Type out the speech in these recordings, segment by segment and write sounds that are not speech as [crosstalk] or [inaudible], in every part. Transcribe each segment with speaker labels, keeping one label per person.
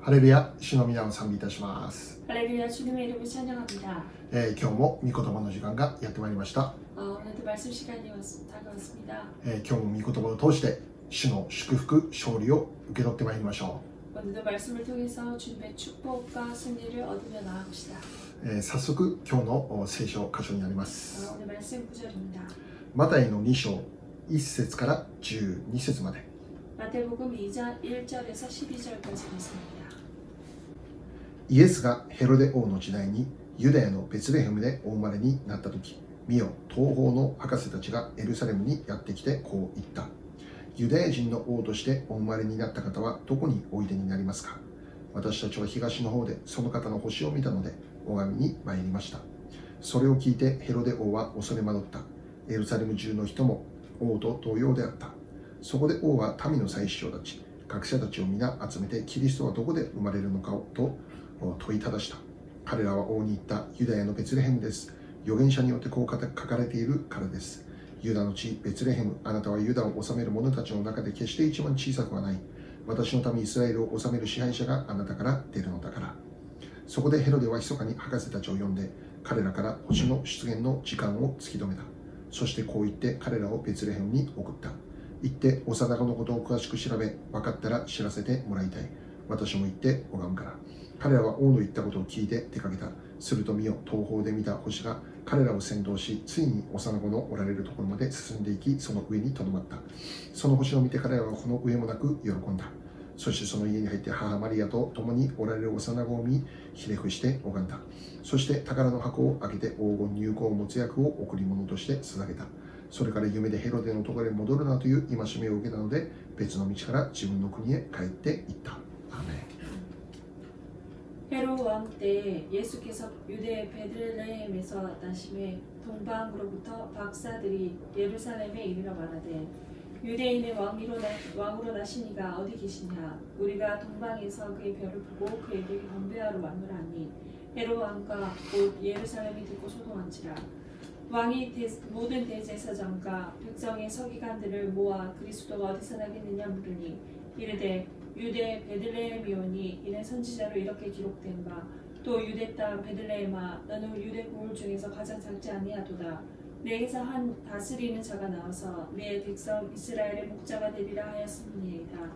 Speaker 1: 할렐루야, 주의皆を賛美いたします、
Speaker 2: 할렐루야 주님의 이름을 찬양합니다.
Speaker 1: えー今日も御言葉の時間がやってまいりました、
Speaker 2: 어, 오늘도 말씀 시간이 왔- 다가왔습니다.
Speaker 1: えー今日も御言葉を通して主の祝福、勝利を受け取ってまいりましょ
Speaker 2: 오늘도 말씀을 통해서 주님의 축복과 승리를 얻으며 나아갑시다.
Speaker 1: う、えー早速今日のお聖書箇所になりま
Speaker 2: 어,
Speaker 1: す
Speaker 2: 오늘 말씀 9절입니다.
Speaker 1: マタイの2章1節から12節まで
Speaker 2: 마태복음 2장 1절에서 12절까지 말씀입니다.
Speaker 1: イエスがヘロデ王の時代にユダヤのベツレヘムでお生まれになった時見よ東方の博士たちがエルサレムにやってきてこう言ったユダヤ人の王としてお生まれになった方はどこにおいでになりますか私たちは東の方でその方の星を見たので拝みに参りましたそれを聞いてヘロデ王は恐れ惑ったエルサレム中の人も王と同様であったそこで王は民の祭司長たち学者たちを皆集めてキリストはどこで生まれるのかをと問いただした彼らは王に言ったユダヤのベツレヘムです預言者によってこう書かれているからですユダの地ベツレヘムあなたはユダを治める者たちの中で決して一番小さくはない私の民イスラエルを治める支配者があなたから出るのだからそこでヘロデは密かに博士たちを呼んで彼らから星の出現の時間を突き止めたそしてこう言って彼らをベツレヘムに送った行って幼子のことを詳しく調べ分かったら知らせてもらいたい私も行って拝むから彼らは王の言ったことを聞いて出かけた。すると見よ、東方で見た星が彼らを先導し、ついに幼子のおられるところまで進んでいき、その上にとどまった。その星を見て彼らはこの上もなく喜んだ。そしてその家に入って母マリアと共におられる幼子を見、ひれ伏して拝んだ。そして宝の箱を開けて黄金入香を持つ役を贈り物として捧げた。それから夢でヘロデのところへ戻るなという戒めを受けたので、別の道から自分の国へ帰っていった。アーメン
Speaker 2: 헤롯 왕 때 예수께서 유대 베들레헴에서 나타심에 동방으로부터 박사들이 예루살렘에 이르러 말하되 유대인의 왕으로, 나, 왕으로 나시니가 어디 계시냐 우리가 동방에서 그의 별을 보고 그에게 경배하러 왔노라니 헤롯 왕과 곧 예루살렘이 듣고 소동한지라 왕이 대, 모든 대제사장과 백성의 서기관들을 모아 그리스도가 어디서 나겠느냐 물으니 이르되 유대 베들레헴이오니 이는 선지자로 이렇게 기록된 바 또 유대 땅 베들레헴아 너는 유대 고을 중에서 가장 작지 아니하도다 내게서 한 다스리는 자가 나와서 내 백성 이스라엘의 목자가 되리라 하였음이니이다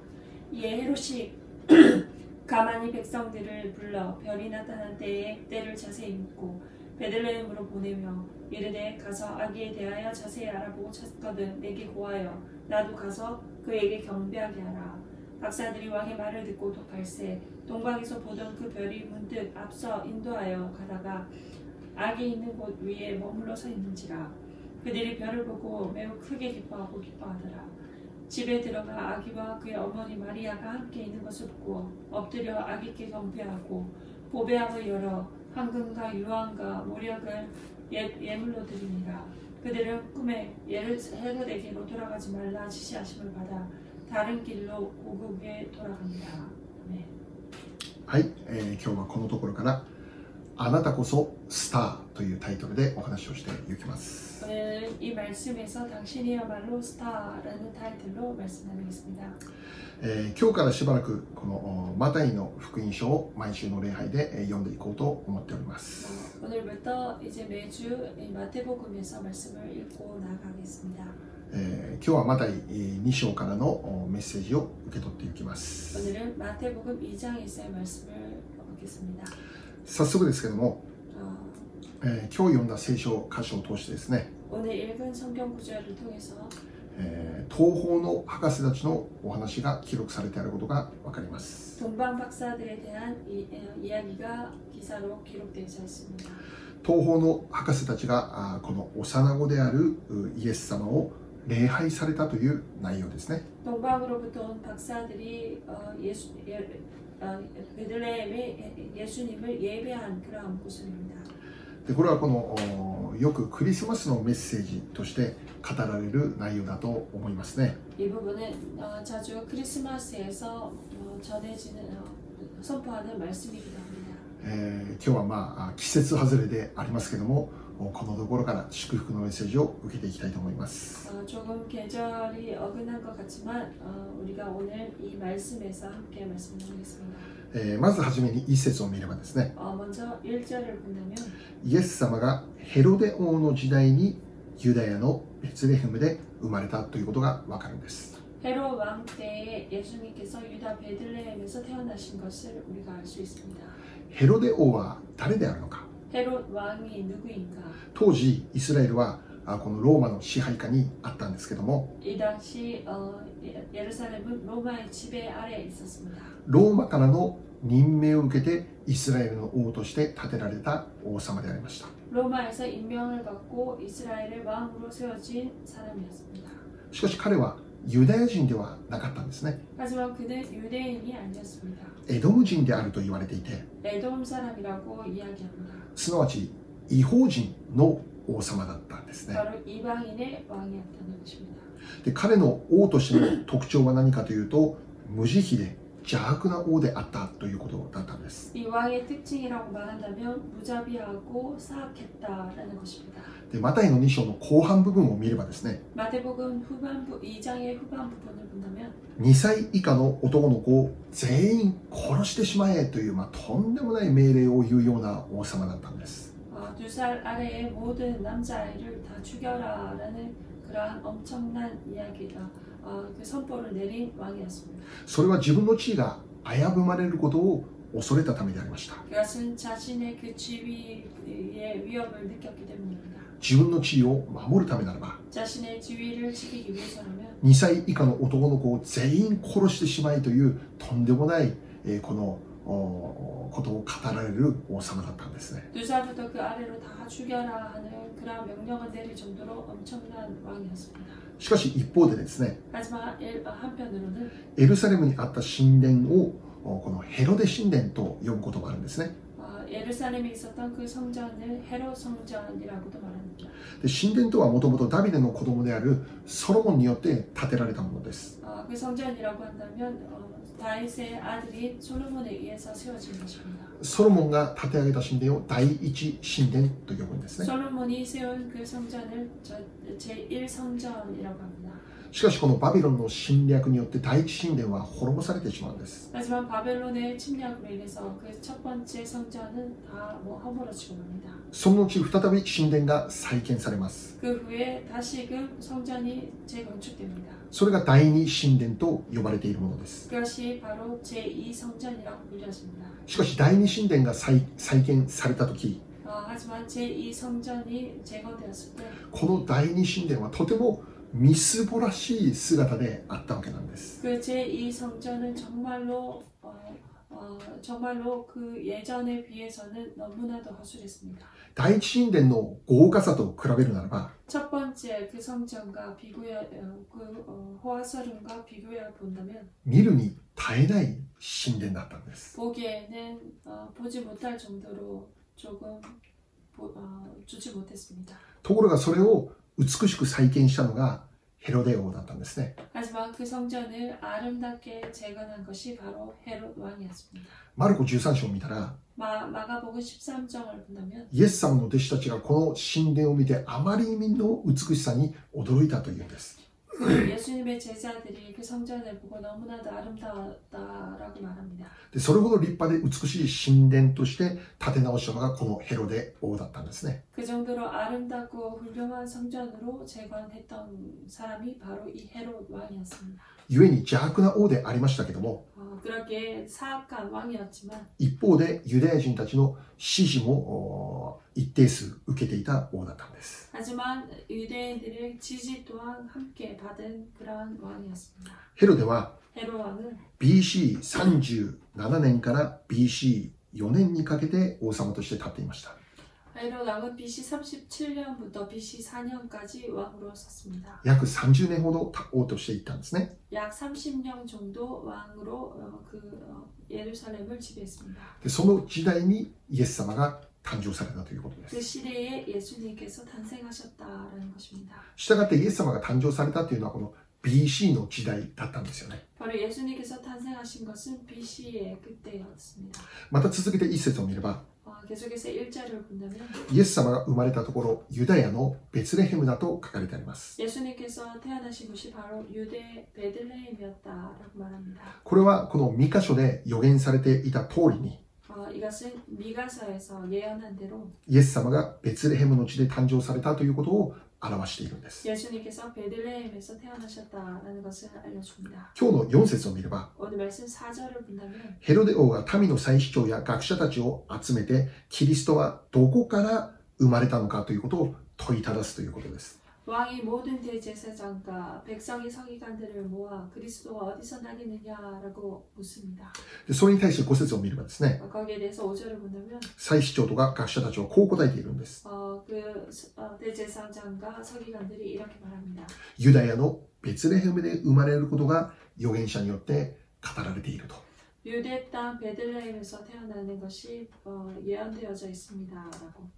Speaker 2: 이에 헤롯이 [clears throat] 가만히 백성들을 불러 별이 나타난 때에 때를 자세히 묻고 베들레헴으로 보내며 이르되 가서 아기에 대하여 자세히 알아보고 찾거든 내게 고하여 나도 가서 그에게 경배하게 하라 박사들이 왕의 말을 듣고 독할세 동방에서 보던 그 별이 문득 앞서 인도하여 가다가 악이 있는 곳 위에 머물러 서 있는지라 그들이 별을 보고 매우 크게 기뻐하고 기뻐하더라 집에 들어가 아기와 그의 어머니 마리아가 함께 있는 것을 보고 엎드려 아기께 경배하고 보배함을 열어 황금과 유황과 모략을 예, 예물로 드립니다 그들은 꿈에 예를 헤롯에게로 돌아가지 말라 지시하심을 받아 다른 길로 고국에 돌아갑니다. 네.
Speaker 1: はい、えー今日はこのところから「あなたこそスター」というタイトルでお話をしていきます、
Speaker 2: 오늘은 이 말씀에서 당신이야말로 스타라는 타이틀로 말씀 나누겠습니다.
Speaker 1: えー今日からしばらくこのおマタイの福音書を毎週の礼拝で、えー読んでいこうと思っております
Speaker 2: 어, 오늘부터 이제 매주 이 마태복음에서 말씀을 읽고 나가겠습니다.
Speaker 1: えー今日はマタイ2章からのおメッセージを受け取っていきます
Speaker 2: 오늘은 마태복음 2장에서의 말씀을 읽겠습니다.
Speaker 1: 早速ですけども、
Speaker 2: 어,
Speaker 1: えー今日読んだ聖書箇所を通してですね、
Speaker 2: 오늘 읽은 성경 구절을 통해서
Speaker 1: えー東方の博士たちのお話が記録されてあることが分かります
Speaker 2: 동방 박사들에 대한 이, 에, 이야기가 기사로 기록되어져 있습니다.
Speaker 1: 東方の博士たちがあーこの幼子であるうイエス様を礼拝されたという内容ですね、
Speaker 2: 동방으로부터 온 박사들이 어, 예수, 예, 어, 베들레헴에 예- 예수님을 예배한 그러한 모습입니다.
Speaker 1: でこれはこのおよくクリスマスのメッセージとして語られる内容だと思いますね、
Speaker 2: 이 부분은 어, 자주 크리스마스에서 어, 전해지는 어, 선포하는 말씀이기도 합니다.
Speaker 1: えー今日はまああ季節外れでありますけどもおこのところから祝福のメッセージを受けていきたいと思います、
Speaker 2: 어, 조금 계절이 어긋난 것 같지만 어, 우리가 오늘 이 말씀에서 함께 말씀 나누겠습니다.
Speaker 1: えーまずはじめに一節を見ればですね
Speaker 2: 어, 먼저 1절을 본다면
Speaker 1: イエス様がヘロデ王の時代にユダヤのベツレヘムで生まれたということがわかるんです
Speaker 2: 헤롯 왕 때에 예수님께서 유다 베들레헴에서 태어나신 것을 우리가 알 수 있습니다.
Speaker 1: ヘロデ王は誰であるのか
Speaker 2: 헤롯 왕이 누구인가?
Speaker 1: 当時イスラエルはあこのローマの支配下にあったんですけども
Speaker 2: 이 당시 어, 예- 예루살렘은 로마의 지배 아래에 있었습니다.
Speaker 1: ローマからの任命を受けてイスラエルの王として建てられた王様でありました
Speaker 2: 로마에서 임명을 받고 이스라엘의 왕으로 세워진 사람이었습니다.
Speaker 1: しかし彼はユダヤ人ではなかったんですね
Speaker 2: 하지만 그는 유대인이 아니었습니다.
Speaker 1: エドム人であると言われていて
Speaker 2: 에돔 사람이라고 이야기합니다.
Speaker 1: すなわち違法人の王様だったんですね
Speaker 2: 바로 이방인의 왕이었다는 것입니다.
Speaker 1: で彼の王としての特徴は何かというと無慈悲で邪悪な王であったということだったんです
Speaker 2: 이 왕의 특징이라고 말한다면 무자비하고 사악했다라는 것입니다.
Speaker 1: でマタイの2章の後半部分を見ればですね
Speaker 2: 마태복음 후반부 2장의 후반 부분을 본다면
Speaker 1: 2歳以下の男の子を全員殺してしまえという、まあ、とんでもない命令を言うような王様だったんです
Speaker 2: 어, 두 살 아래의 모든 남자아이를 다 죽여라라는 그러한 엄청난 이야기가 어, 그 선포를 내린 왕이었습니다.
Speaker 1: それは自分の地位が危ぶまれることを恐れたためでありました
Speaker 2: 그것은 자신의 그 지위의 위협을 느꼈기 때문입니다.
Speaker 1: 自分の地位を守るためならば
Speaker 2: 자신의 지위를 지키기 위해서라면
Speaker 1: 2歳以下の男の子を全員殺してしまいというとんでもない、えーこのおことを語られる王様だったんですね
Speaker 2: 두 살부터 그 아래로 다 죽여라 하는 그러한 명령을 내릴 정도로 엄청난 왕이었습니다.
Speaker 1: しかし一方でですね
Speaker 2: 하지만 일- 어, 한편으로는
Speaker 1: エルサレムにあった神殿をおこのヘロデ神殿と呼ぶこともあるんですね
Speaker 2: 어, 예루살렘에 있었던 그 성전을 헤롯 성전이라고도 말합니다.
Speaker 1: で神殿とはもともとダビデの子供であるソロモンによって建てられたものです
Speaker 2: 어, 그 성전이라고 한다면 어, 다윗의 아들인 솔로몬에 의해서 세워진 것입니다.
Speaker 1: ソロモンが建て上げた神殿を第一神殿と呼ぶんですね
Speaker 2: 솔로몬이 세운 그 성전을 제1 성전이라고 합니다.
Speaker 1: しかしこのバビロンの侵略によって第一神殿は滅ぼされてしまうんです
Speaker 2: 하지만 바벨론의 침략으로 인해서 그 첫 번째 성전은 다뭐 허물어지고 맙니다.
Speaker 1: その後再び神殿が再建されます
Speaker 2: 그 후에 다시금 성전이 재건축됩니다.
Speaker 1: それが第二神殿と呼ばれているものです。
Speaker 2: 그것이 바로 제2 성전이라고 불려집니다.
Speaker 1: しかし第二神殿が再再建された時、
Speaker 2: 어, 하지만 제2 성전이 재건되었을 때
Speaker 1: この第二神殿はとてもみすぼらしい姿であったわけなんです。
Speaker 2: 그 제2 성전은 정말로 어, 어, 정말로 그 예전에 비해서는 너무나도 허술했습니다.
Speaker 1: 第一神殿の豪華さと比べるならば、
Speaker 2: 첫 번째 그 성전과 비교해 어, 그 어, 호화스름과 비교해 본다면
Speaker 1: 見るに耐えない神殿だったんです。
Speaker 2: 보기에는 어, 보지 못할 정도로 조금 보, 어, 주지 못했습니다.
Speaker 1: ところがそれを美しく再建したのがヘロデ王だったんですね。
Speaker 2: 하지만 그 성전을 아름답게 재건한 것이 바로 헤롯 왕이었습니다.
Speaker 1: マルコ13章を見たら、
Speaker 2: 마, 마가복음 13장을 본다면
Speaker 1: イエス様の弟子たちがこの神殿を見てあまりにの美しさに驚いたというんです。
Speaker 2: 예수님의 제자들이 그 성전을 보고 너무나도 아름다웠다라고 말합니다.
Speaker 1: でそれほど立派で美しい神殿として建て直したのがこのヘロデ王だったんですね
Speaker 2: 그 정도로 아름답고 훌륭한 성전으로 재건했던 사람이 바로 이 헤롯 왕이었습니다.
Speaker 1: 故に邪悪な王でありましたけども
Speaker 2: 어, 그렇게 사악한 왕이었지만
Speaker 1: 一方でユダヤ人たちの支持もおー一定数受けていた王だったんです
Speaker 2: 하지만 유대인들의 지지 또한 함께 받은 그러한 왕이었습니다.
Speaker 1: ヘロデは
Speaker 2: 헤롯 왕은
Speaker 1: BC37 年から BC4 年にかけて王様として立っていました
Speaker 2: 헤롯 왕은 BC 37년부터 BC 4년까지 왕으로 섰습니다.
Speaker 1: 約30年ほど王としていったんですね
Speaker 2: 약 30년 정도 왕으로 어, 그 어, 예루살렘을 지배했습니다.
Speaker 1: でその時代にイエス様が誕生されたということです
Speaker 2: 그 시대에 예수님께서 탄생하셨다라는 것입니다.
Speaker 1: したがってイエス様が誕生されたというのはこの BC の時代だったんですよね
Speaker 2: 바로 예수님께서 탄생하신 것은 BC의 그때였습니다.
Speaker 1: また続けて一節を見れば
Speaker 2: 어, 계속해서 1절을 본다면
Speaker 1: イエス様が生まれたところユダヤのベツレヘムだと書かれてあります
Speaker 2: 예수님께서 태어나신 곳이 바로 유대 베들레헴이었다라고 말합니다.
Speaker 1: これはこの2箇所で予言されていた通りに
Speaker 2: 어, 이것은 미가서에서 예언한 대로
Speaker 1: イエス様がベツレヘムの地で誕生されたということを表しているんです
Speaker 2: 예수님께서 베들레헴에서 태어나셨다라는 것을 알려줍니다.
Speaker 1: 今日の4節を見れば
Speaker 2: 오늘 말씀 4절을 본다면
Speaker 1: ヘロデ王が民の祭司長や学者たちを集めてキリストはどこから生まれたのかということを問いただすということです
Speaker 2: 왕이 모든 대제사장과 백성의 서기관들을 모아 그리스도가 어디서 나겠느냐라고 묻습니다.
Speaker 1: でそれに対して5節を見ればですね
Speaker 2: 어, 거기에 대해서 5절을 본다면
Speaker 1: 祭司長とか学者たちはこう答えているんです
Speaker 2: 어, 그 스- 어, 대제사장과 서기관들이 이렇게 말합니다.
Speaker 1: ユダヤのベツレヘムで生まれることが預言者によって語られていると
Speaker 2: 유대 땅 베들레헴에서 태어나는 것이 어, 예언되어져 있습니다라고.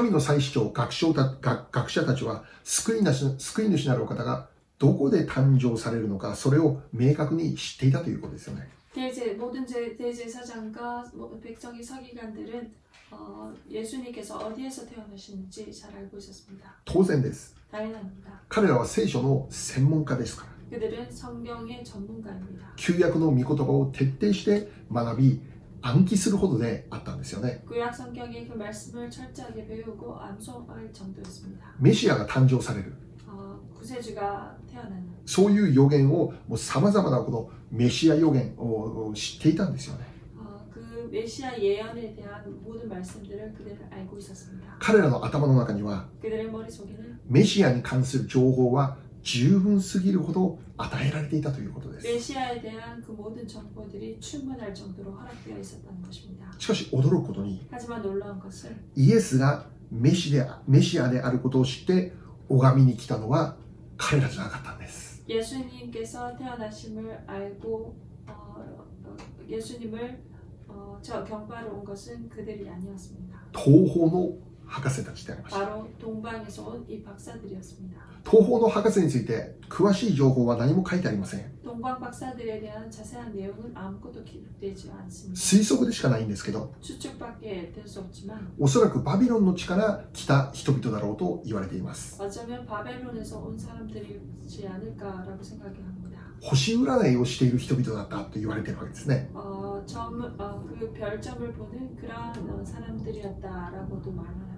Speaker 1: 民の祭司長学者た学学者たちは救いなし救い主なるお方がどこで誕生されるのかそれを明確に知っていたということですよね
Speaker 2: 대제 모든 제, 대제사장과 모- 백성의 서기관들은 어, 예수님께서 어디에서 태어나시는지 잘 알고 있었습니다.
Speaker 1: 当然です
Speaker 2: 당연합니다.
Speaker 1: 彼らは聖書の専門家ですから
Speaker 2: 그들은 성경의 전문가입니다.
Speaker 1: 旧約の御言葉を徹底して学び暗記するほどであったんですよね
Speaker 2: 구약 성경의 그 말씀을 철저하게 배우고 암송할 정도였습니다.
Speaker 1: メシアが誕生される
Speaker 2: 어, 구세주가 태어나는
Speaker 1: そういう予言をさまざまなこのメシア予言を知っていたんですよね
Speaker 2: 어, 그 메시아 예언에 대한 모든 말씀들을 그들은 알고 있었습니다.
Speaker 1: 彼らの頭の中には
Speaker 2: 그들의 머릿속에는
Speaker 1: メシアに関する情報は十分すぎるほど与えられていたということです
Speaker 2: 메시아에 대한 그 모든 정보들이 충분할 정도로 허락되어 있었다는 것입니다.
Speaker 1: しかし驚くことに
Speaker 2: 하지만 놀라운 것은
Speaker 1: イエスがメシでメシアであることを知って拝みに来たのは彼らじゃなかったんです
Speaker 2: 예수님께서 태어나심을 알고 어, 어, 예수님을 어, 저 경바로 온 것은 그들이 아니었습니다.
Speaker 1: 東方の博士たちでありました
Speaker 2: 바로 동방에서 온 이 박사들이었습니다.
Speaker 1: 東方の博士について詳しい情報は何も書いてありません
Speaker 2: 동방 박사들에 대한 자세한 내용은 아무것도 기록되지 않습니다.
Speaker 1: 推測でしかないんですけど
Speaker 2: 추측밖에 될 수 없지만
Speaker 1: おそらくバビロンの地から来た人々だろうと言われています
Speaker 2: 어쩌면 바벨론에서 온 사람들이지 않을까라고 생각이 합니다.
Speaker 1: 星占いをしている人々だったと言われているわけですね
Speaker 2: 어, 점, 어, 그 별점을 보는 그러한 어, 사람들이었다라고도 말합니다.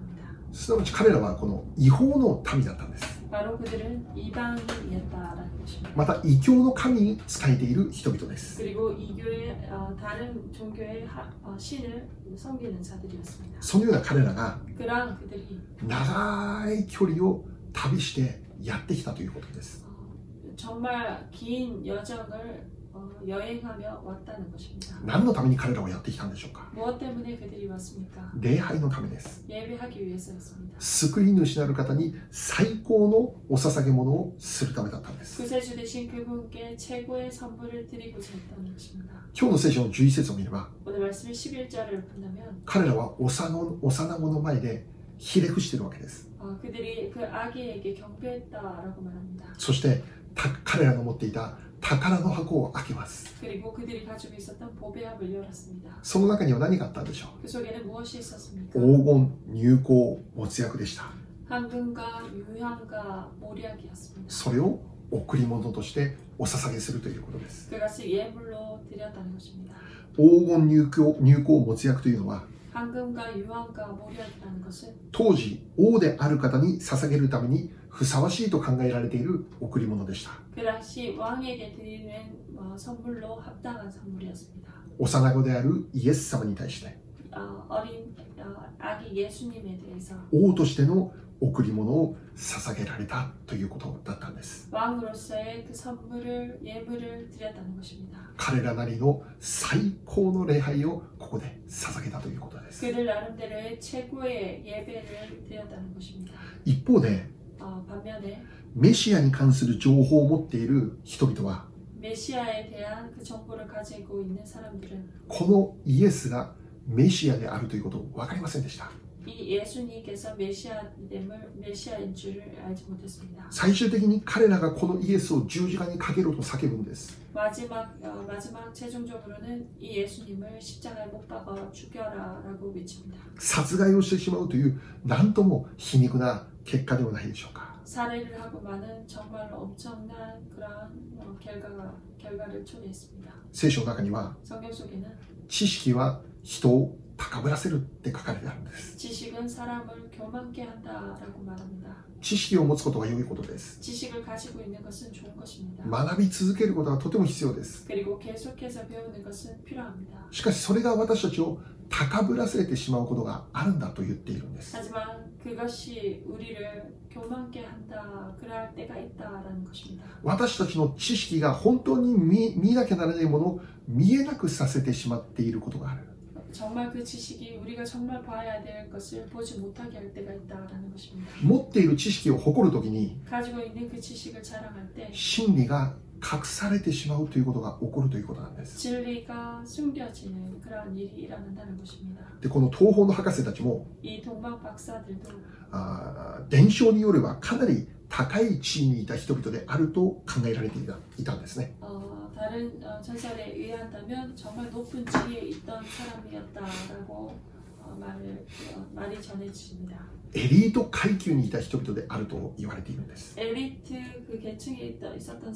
Speaker 1: すなわち彼らはこの違法の民だったんです
Speaker 2: 바로 그들은 이방인이었다라는 것입니다.
Speaker 1: また異教の神に仕えている人々です
Speaker 2: 그리고 이교의 어, 다른 종교의 하- 어, 신을 섬기는 자들이었습니다.
Speaker 1: そのような彼らが
Speaker 2: 그러한 그들이
Speaker 1: 長い距離を旅してやってきたということです
Speaker 2: 어, 정말 긴 여정을 어, 여행하며 왔다는 것입니다.
Speaker 1: 何のために彼らをやってきたんでしょうか
Speaker 2: 무엇 때문에 그들이 왔습니까?
Speaker 1: 礼拝のためです
Speaker 2: 예배하기 위해서였습니다.
Speaker 1: 救い主なる方に最高のお捧げ物をするためだったんです
Speaker 2: 구세주 대신 그분께 최고의 선물을 드리고자 했다는 것입니다.
Speaker 1: 今日の聖書の11節を見れば
Speaker 2: 오늘 말씀의 11절을 본다면
Speaker 1: 彼らは幼幼子の前でひれ伏しているわけです
Speaker 2: 어, 그들이 그 아기에게 경배했다라고 말합니다.
Speaker 1: そしてた彼らの持っていた宝の箱を開けます
Speaker 2: 그리고 그들이 가지고 있었던 보배함을 열었습니다.
Speaker 1: その中には何があったんでしょ
Speaker 2: 그 속에는 무엇이 있었습니까?
Speaker 1: う黄金入香没薬でした
Speaker 2: 황금과 유향과 모리약이었습니다.
Speaker 1: それを贈り物としてお捧げするということです
Speaker 2: 그것을 예물로 드렸다는 것입니다.
Speaker 1: 黄金入香入香没薬というのは
Speaker 2: 황금과 유황과 모리약이라는 것은
Speaker 1: 当時王である方に捧げるためにふさわしいと考えられている贈り物でした
Speaker 2: 그 당시 왕에게 드리는 어, 선물로 합당한 선물이었습니다.
Speaker 1: 幼子であるイエス様に対して
Speaker 2: 어, 어린 어, 아기 예수님에 대해서
Speaker 1: 王としての贈り物を捧げられたということだったんです
Speaker 2: 왕으로서의 그 선물을 예물을 드렸다는 것입니다.
Speaker 1: 彼らなりの最高の礼拝をここで捧げたということです
Speaker 2: 그들 나름대로의 최고의 예배를 드렸다는 것입니다.
Speaker 1: 一方で
Speaker 2: 어, 반면에
Speaker 1: メシアに関する情報を持っている人々は
Speaker 2: 메시아에 대한 그 정보를 가지고 있는 사람들은
Speaker 1: このイエスがメシアであるということを分かりませんでした
Speaker 2: 이 예수님께서 메시아됨을 메시아인 줄을 알지 못했습니다.
Speaker 1: 最終的に彼らがこのイエスを十字架にかけろと叫ぶんです
Speaker 2: 마지막 어, 마지막 최종적으로는 이 예수님을 십자가에 못 박아 죽여라라고 외칩니다.
Speaker 1: 殺害をしてしまうというなんとも皮肉な結果ではないでしょうか
Speaker 2: 살해를 하고 많은 정말 엄청난 그러한 어, 결과가 결과를 초래했습니다.
Speaker 1: 聖書の中には
Speaker 2: 성경 속에는
Speaker 1: 知識は人を高ぶらせるって書かれてあるんです
Speaker 2: 지식은 사람을 교만케 한다라고 말합니다.
Speaker 1: 知識を持つことが良いことです
Speaker 2: 지식을 가지고 있는 것은 좋은 것입니다.
Speaker 1: 学び続けることはとても必要です
Speaker 2: 그리고 계속해서 배우는 것은 필요합니다.
Speaker 1: しかしそれが私たちを高ぶらせてしまうことがあるんだと言っているんです
Speaker 2: 하지만 그것이 우리를 교만케 한다, 그럴 때가 있다라는 것입니다.
Speaker 1: 私たちの知識が本当に見見なきゃならないものを見えなくさせてしまっていることがある
Speaker 2: 정말 그 지식이 우리가 정말 봐야 될 것을 보지 못하게 할 때가 있다라는 것입니다.
Speaker 1: 持っている知識を誇るときに
Speaker 2: 가지고 있는 그 지식을 자랑할 때
Speaker 1: 真理が隠されてしまうということが起こるということなんです
Speaker 2: 진리가 숨겨지는 그러한 일이 일어난다는 것입니다.
Speaker 1: でこの東方の博士たちも
Speaker 2: 이 동방 박사들도
Speaker 1: あー伝承によればかなり高い地位にいた人々であると考えられていたいたんですね
Speaker 2: 어, 다른 어, 전설에 의한다면 정말 높은 지위에 있던 사람이었다라고 어, 말을 어, 말이 전해집니다.
Speaker 1: エリート階級にいた人々であると言われているんです
Speaker 2: 엘리트 그 계층에 있던, 있었던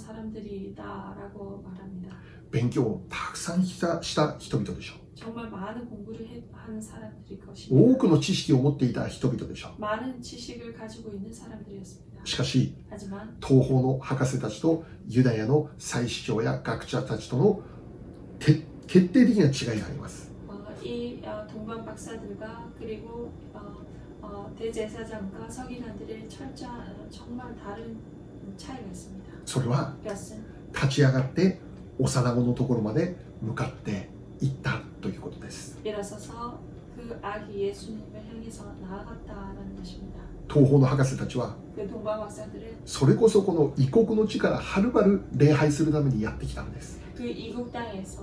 Speaker 2: 사람들이다라고 말합니다.
Speaker 1: 勉強をたくさんしたした人々でしょ
Speaker 2: 정말 많은 공부를 해, 하는 사람들일
Speaker 1: う多
Speaker 2: 것입니다.
Speaker 1: くの知識を持っていた人々でしょ
Speaker 2: 많은 지식을 가지고 있는 사람들이었습니다.
Speaker 1: うしかし
Speaker 2: 하지만
Speaker 1: 東方の博士たちとユダヤの祭司長や学者たちとのて決定的な違いがあります
Speaker 2: 어, 이 어, 동방 박사들과 그리고 어, 어, 대제사장과 서기관들의 철저한 어, 정말 다른 차이가 있습니다.
Speaker 1: それは
Speaker 2: 그것은
Speaker 1: 立ち上がって幼子のところまで向かっていったということです
Speaker 2: 일어서서 그 아기 예수님을 향해서 나아갔다라는 것입니다.
Speaker 1: 東方の博士たちは
Speaker 2: 그 동방 박사들은
Speaker 1: それこそこの異国の地からはるばる礼拝するためにやってきたんです
Speaker 2: 그 이국 땅에서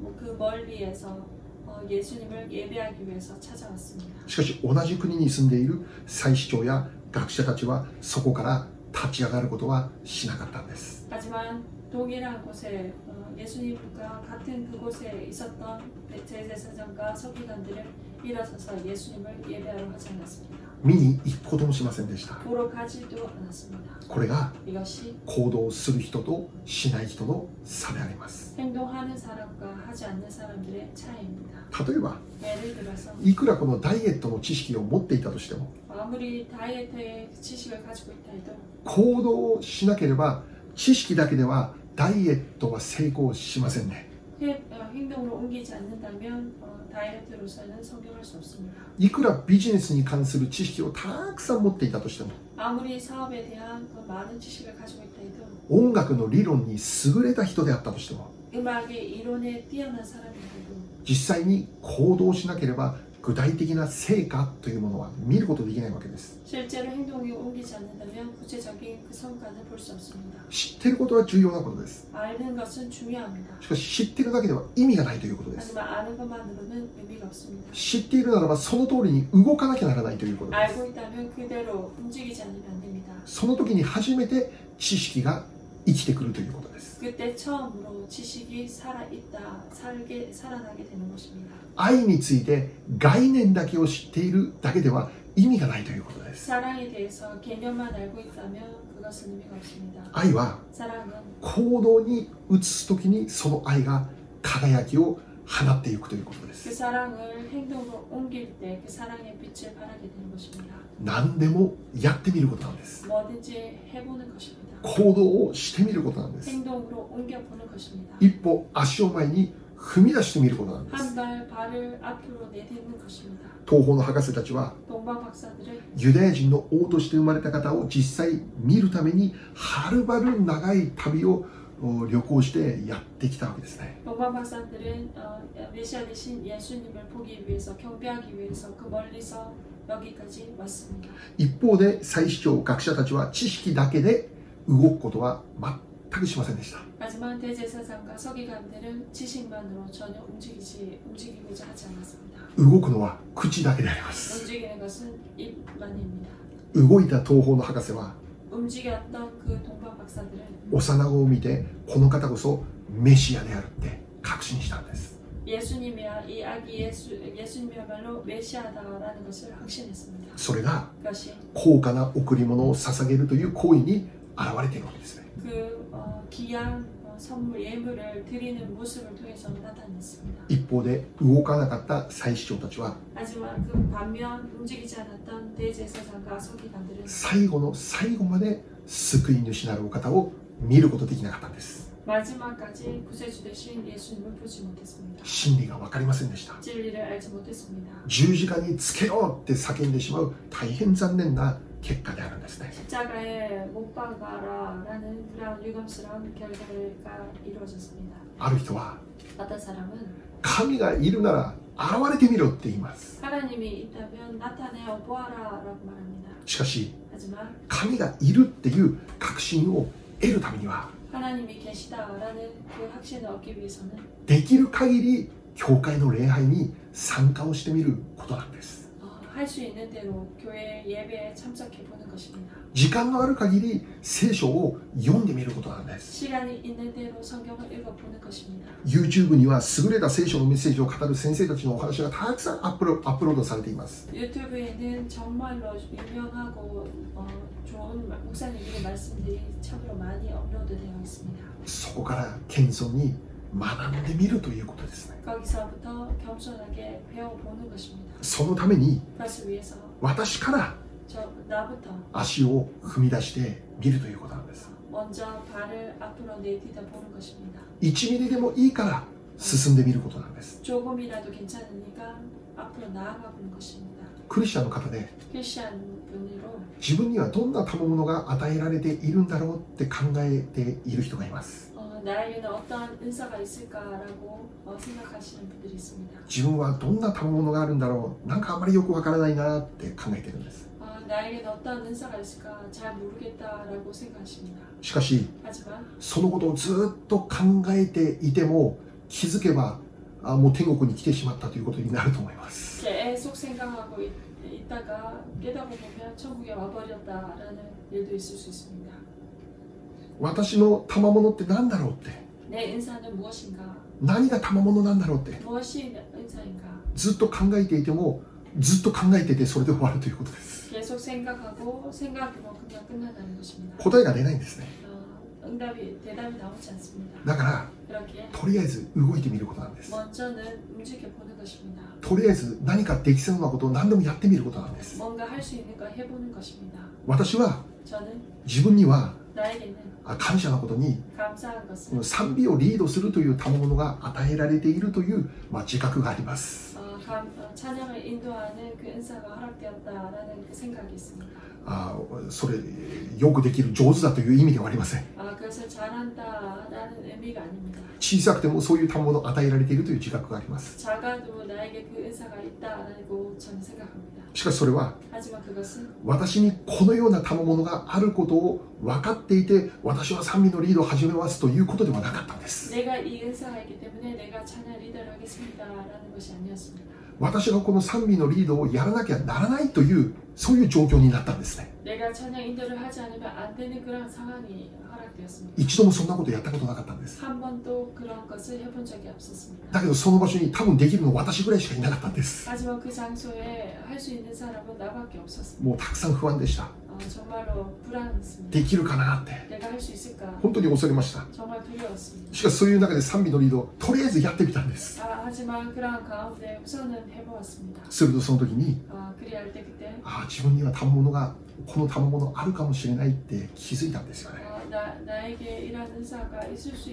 Speaker 2: 뭐그 멀리에서 어, 예수님을 예배하기 위해서 찾아왔습니다.
Speaker 1: しかし同じ国に住んでいる祭司長や学者たちはそこから立ち上がることはしなかったんです
Speaker 2: 하지만 동일한 곳에 어, 예수님과 같은 그곳에 있었던 제사장과 서기관들은 일어서서 예수님을 예배하러 가지 않았습니다.
Speaker 1: 見に行くこともしませんでした
Speaker 2: 보러 가지도 않았습니다.
Speaker 1: これが
Speaker 2: 이것이
Speaker 1: 行動する人としない人の差であります
Speaker 2: 행동하는 사람과 하지 않는 사람들의 차이입니다.
Speaker 1: 例えば
Speaker 2: 예를 들어서
Speaker 1: いくらこのダイエットの知識を持っていたとしても
Speaker 2: 아무리 다이어트의 지식을 가지고 있다 해도
Speaker 1: 行動をしなければ知識だけではダイエットは成功しませんね
Speaker 2: 해- 어, 행동으로 옮기지 않는다면 어, 다이어트로서는 성공할 수 없습니다.
Speaker 1: いくらビジネスに関する知識をたくさん持っていたとしても
Speaker 2: 아무리 사업에 대한 그 많은 지식을 가지고 있다 해도
Speaker 1: 音楽の理論に優れた人であったとしても
Speaker 2: 음악의 이론에 뛰어난 사람인데도
Speaker 1: 実際に行動しなければ具体的な成果というものは見ることできないわけです
Speaker 2: 실제로 행동이 옮기지 않는다면 구체적인 그 성과는 볼 수 없습니다.
Speaker 1: 知ってることは重要なことです
Speaker 2: 아는 것은 중요합니다.
Speaker 1: しかし知ってるだけでは意味がないということです
Speaker 2: 하지만 아는 것만으로는 의미가 없습니다.
Speaker 1: 知っているならばその通りに動かなきゃならないということで
Speaker 2: 알고 있다면 그대로 움직이지 않으면 안 됩니다.
Speaker 1: すその時に初めて知識が生きてくるということです
Speaker 2: 그때 처음으로 지식이 살아있다, 살게, 살아나게 되는 것입니다.
Speaker 1: 愛について概念だけを知っているだけでは意味がないということです
Speaker 2: 사랑에 대해서 개념만 알고 있다면 그것은 의미가 없습니다.
Speaker 1: 愛は
Speaker 2: 사랑은
Speaker 1: 行動に移す時にその愛が輝きを放っていくということで
Speaker 2: 그
Speaker 1: す
Speaker 2: 사랑을 행동으로 옮길 때 그 사랑의 빛을 발하게 되는 것입니다.
Speaker 1: 何でもやってみることなんです
Speaker 2: 뭐든지 해보는 것입니다.
Speaker 1: 行動をしてみることなんです
Speaker 2: 행동으로 옮겨보는 것입니다.
Speaker 1: 一歩足を前に踏み出してみることなんで
Speaker 2: 한
Speaker 1: す
Speaker 2: 발 발을 앞으로 내딛는 것입니다.
Speaker 1: 東方の博士たちは
Speaker 2: 동방 박사들은
Speaker 1: ユダヤ人の王として生まれた方を実際見るためにはるばる長い旅をお旅行してやってきたわけですね
Speaker 2: 동방 박사들은 어, 메시아 되신 예수님을 보기 위해서 경배하기 위해서 그 멀리서 여기까지 왔습니다.
Speaker 1: 一方で祭司長学者たちは知識だけで動くことは全くしませんでした
Speaker 2: 하지만 대제사장과 서기관들은 지식만으로 전혀 움직이지 움직이고자 하지 않았습니다.
Speaker 1: 動くのは口だけであります
Speaker 2: 움직이는 것은 입만입니다.
Speaker 1: 動いた東方の博士は
Speaker 2: 움직였던 그 동방 박사들은
Speaker 1: 幼子を見てこの方こそメシアであるって確信したんです
Speaker 2: 예수님이야 이 아기 예수 예수님이야말로 메시아다라는 것을 확신했습니다.
Speaker 1: それが
Speaker 2: 그것이
Speaker 1: 高価な贈り物を捧げるという行為に現れているわけですね
Speaker 2: 그 어, 귀한 어, 선물 예물을 드리는 모습을 통해서 나타냈습니다.
Speaker 1: 一方で動かなかった祭司長たちは
Speaker 2: 하지만 그 반면 움직이지 않았던 대제사장과 서기관들은
Speaker 1: 最後の最後まで救い主なるお方を見ることできなかったんです
Speaker 2: 마지막까지 구세주 대신 예수님을 보지 못했습니다.
Speaker 1: 真理が分かりませんでした
Speaker 2: 진리를 알지 못했습니다.
Speaker 1: 十字架につけろって叫んでしまう大変残念な結果であるんですね
Speaker 2: 십자가에 못 박아라라는 그런 유감스러운 결과가 이루어졌습니다.
Speaker 1: ある人は
Speaker 2: 어떤 사람은
Speaker 1: 神がいるなら現れてみろって言います
Speaker 2: 하나님이 있다면 나타내어 보아라라고 말합니다.
Speaker 1: しかし
Speaker 2: 하지만
Speaker 1: 神がいるっていう確信を得るためには
Speaker 2: 하나님이 계시다라는 그 확신을 얻기 위해서는
Speaker 1: できる限り教会の礼拝に参加をしてみることなんです
Speaker 2: 어, 할 수 있는 대로 교회 예배에 참석해 보는 것입니다.
Speaker 1: 時間のある限り聖書を読んでみることなんです
Speaker 2: 시간이 있는 대로 성경을 읽어 보는 것입니다.
Speaker 1: YouTube には優れた聖書のメッセージを語る先生たちのお話がたくさんアップロアップロードされています
Speaker 2: 유튜브에는 정말로 유명하고 어, 좋은 마- 목사님들의 말씀들이 참으로 많이 업로드되어 있습니다.
Speaker 1: そこから謙遜に学んでみるということですね
Speaker 2: 거기서부터 겸손하게 배워보는 것입니다.
Speaker 1: そのために
Speaker 2: 그것을 위해서
Speaker 1: 私から
Speaker 2: 저 나부터
Speaker 1: 足を踏み出してみるということなんです
Speaker 2: 먼저 발을 앞으로 내딛어 보는 것입니다.
Speaker 1: 1ミリでもいいから進んでみることなんです
Speaker 2: 조금이라도 괜찮으니까 앞으로 나아가 보는 것입니다.
Speaker 1: クリスチャンの方で
Speaker 2: 크리스천 분으로
Speaker 1: 自分にはどんな賜物が与えられているんだろうって考えている人がいます
Speaker 2: 어, 나에게는 어떠한 은사가 있을까라고 어, 생각하시는 분들이 있습니다.
Speaker 1: 自分はどんな賜物があるんだろうなんかあまりよくわからないなって考えてるんです
Speaker 2: 아, 나에게는 어떤 은사가 있을까 잘 모르겠다라고 생각하십니다.
Speaker 1: しかし
Speaker 2: 하지만
Speaker 1: そのことをずっと考えていても気づけばあもう天国に来てしまったということになると思います
Speaker 2: 계속 생각하고 있, 있다가 깨닫고 보면 천국에 와버렸다라는 일도 있을 수 있습니다.
Speaker 1: 私の賜物って何だろうって
Speaker 2: 내 은사는 무엇인가?
Speaker 1: 何が賜物なんだろうって
Speaker 2: 무엇이 은사인가?
Speaker 1: ずっと考えていてもずっと考えててそれで終わるということです
Speaker 2: 계속 생각하고 생각하면 그냥 끝난다는 것입니다.
Speaker 1: 答えが出ないんですね
Speaker 2: 어, 응답이 대답이 나오지 않습니다.
Speaker 1: だから
Speaker 2: 그렇게
Speaker 1: とりあえず動いてみることなんです
Speaker 2: 먼저는 움직여 보는 것입니다.
Speaker 1: とりあえず何かできそうなことを何でもやってみることなんです
Speaker 2: 뭔가 할 수 있는 걸 해보는 것입니다.
Speaker 1: 私は
Speaker 2: 저는
Speaker 1: 自分には
Speaker 2: 나에게는
Speaker 1: あ感謝なことに
Speaker 2: 감사한 것은
Speaker 1: この賛美をリードするという賜物が与えられているという、まあ、自覚があります
Speaker 2: 어, 감- 어, 찬양을 인도하는 그 은사가 허락되었다라는 그 생각이 있습니다.
Speaker 1: あそれよくできる上手だという意味ではありません
Speaker 2: 아, 그것을 잘한다라는 의미가 아닙니다.
Speaker 1: 小さくてもそういう賜物を与えられているという自覚があります
Speaker 2: 작아도 나에게 그 은사가 있다라고 저는 생각합니다.
Speaker 1: しかしそれは
Speaker 2: 하지만 그것은
Speaker 1: 私にこのような賜物があることを分かっていて私は賛美のリードを始めますということではなかったんです
Speaker 2: 내가 이 은사가 있기 때문에 내가 찬양 리더를 하겠습니다라는 것이 아니었습니다.
Speaker 1: 私がこの賛美のリードをやらなきゃならないというそういう状況になったんですね
Speaker 2: 내가 찬양 인도를 하지 않으면 안 되는 그런 상황이 허락되었습니다.
Speaker 1: 一度もそんなことやったことなかったんです
Speaker 2: 한 번도 그런 것을 해본 적이
Speaker 1: だ
Speaker 2: 없었습니다.
Speaker 1: けどその場所に多分できるの私ぐらいしかいなかったんです
Speaker 2: 하지만 그 장소에 할 수 있는 사람은 나밖에 없었습니다.
Speaker 1: もうたくさん不安でした。
Speaker 2: 어, 정말로 불안했습니다.
Speaker 1: できるかなって。
Speaker 2: 내가 할 수 있을까?
Speaker 1: 本当に恐れました。
Speaker 2: 정말 두려웠습니다.
Speaker 1: しかしそういう中で賛美のリードをとりあえずやってみたんです。
Speaker 2: 아, 하지만 그러한 가운데 우선은 해보았습니다.
Speaker 1: するとその時に、
Speaker 2: 아, 그리할 때 그때
Speaker 1: ああ、自分には賜物が、この賜物あるかもしれないって気づいたんですよね。
Speaker 2: 아, 나, 나에게 이런 은사가 있을 수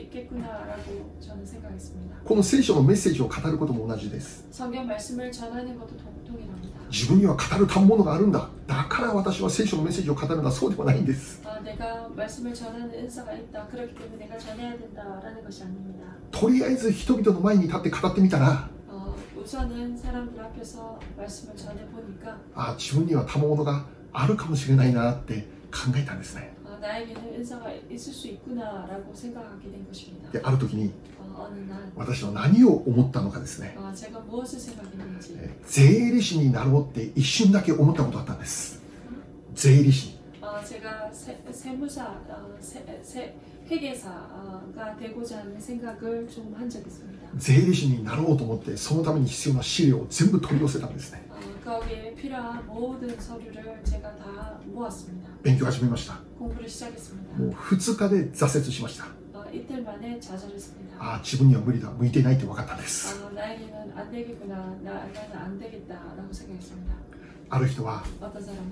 Speaker 2: 있겠구나라고 저는 생각했습니다.
Speaker 1: この聖書のメッセージを語ることも同じです。
Speaker 2: 성경 말씀을 전하는 것도 동- 동일합니다.
Speaker 1: 自分には語る賜物があるんだ。だから私は聖書のメッセージを語るんだ。そうではないんです。
Speaker 2: 아, 내가 말씀을 전하는 은사가 있다. 그렇기 때문에 내가 전해야 된다라는 것이 아닙니다.
Speaker 1: とりあえず人々の前に立って語ってみたら、
Speaker 2: 어, 우선은 사람들 앞에서 말씀을 전해 보니까
Speaker 1: ああ、自分には賜物があるかもしれないなって考えたんですね。
Speaker 2: 어, 나에게는 은사가 있을 수 있구나라고 생각하게 된 것입니다.
Speaker 1: である時に
Speaker 2: 어, 어느 날
Speaker 1: 私は何を思ったのかですね
Speaker 2: 아, 제가 무엇을 생각했는지
Speaker 1: え税理士になろうって一瞬だけ思ったことあったんです税理士
Speaker 2: 아, 제가 세, 세무사, 아, 세, 세, 회계사가 되고자 하는 생각을 좀 한 적이 있습니다.
Speaker 1: 税理士になろうと思ってそのために必要な資料を全部取り寄せたんですね
Speaker 2: 아, 거기에 필요한 모든 서류를 제가 다 모았습니다.
Speaker 1: 勉強始めました
Speaker 2: 공부를
Speaker 1: も
Speaker 2: 시작했습니다.
Speaker 1: う2日で挫折しました
Speaker 2: 아, 이틀 만에 좌절했습니다.
Speaker 1: ああ自分には無理だ向いてないって分かったんです
Speaker 2: 아, 나에게는 안 되겠구나, 나, 나는 안 되겠다라고 생각했습니다.
Speaker 1: ある人は
Speaker 2: 어떤 사람은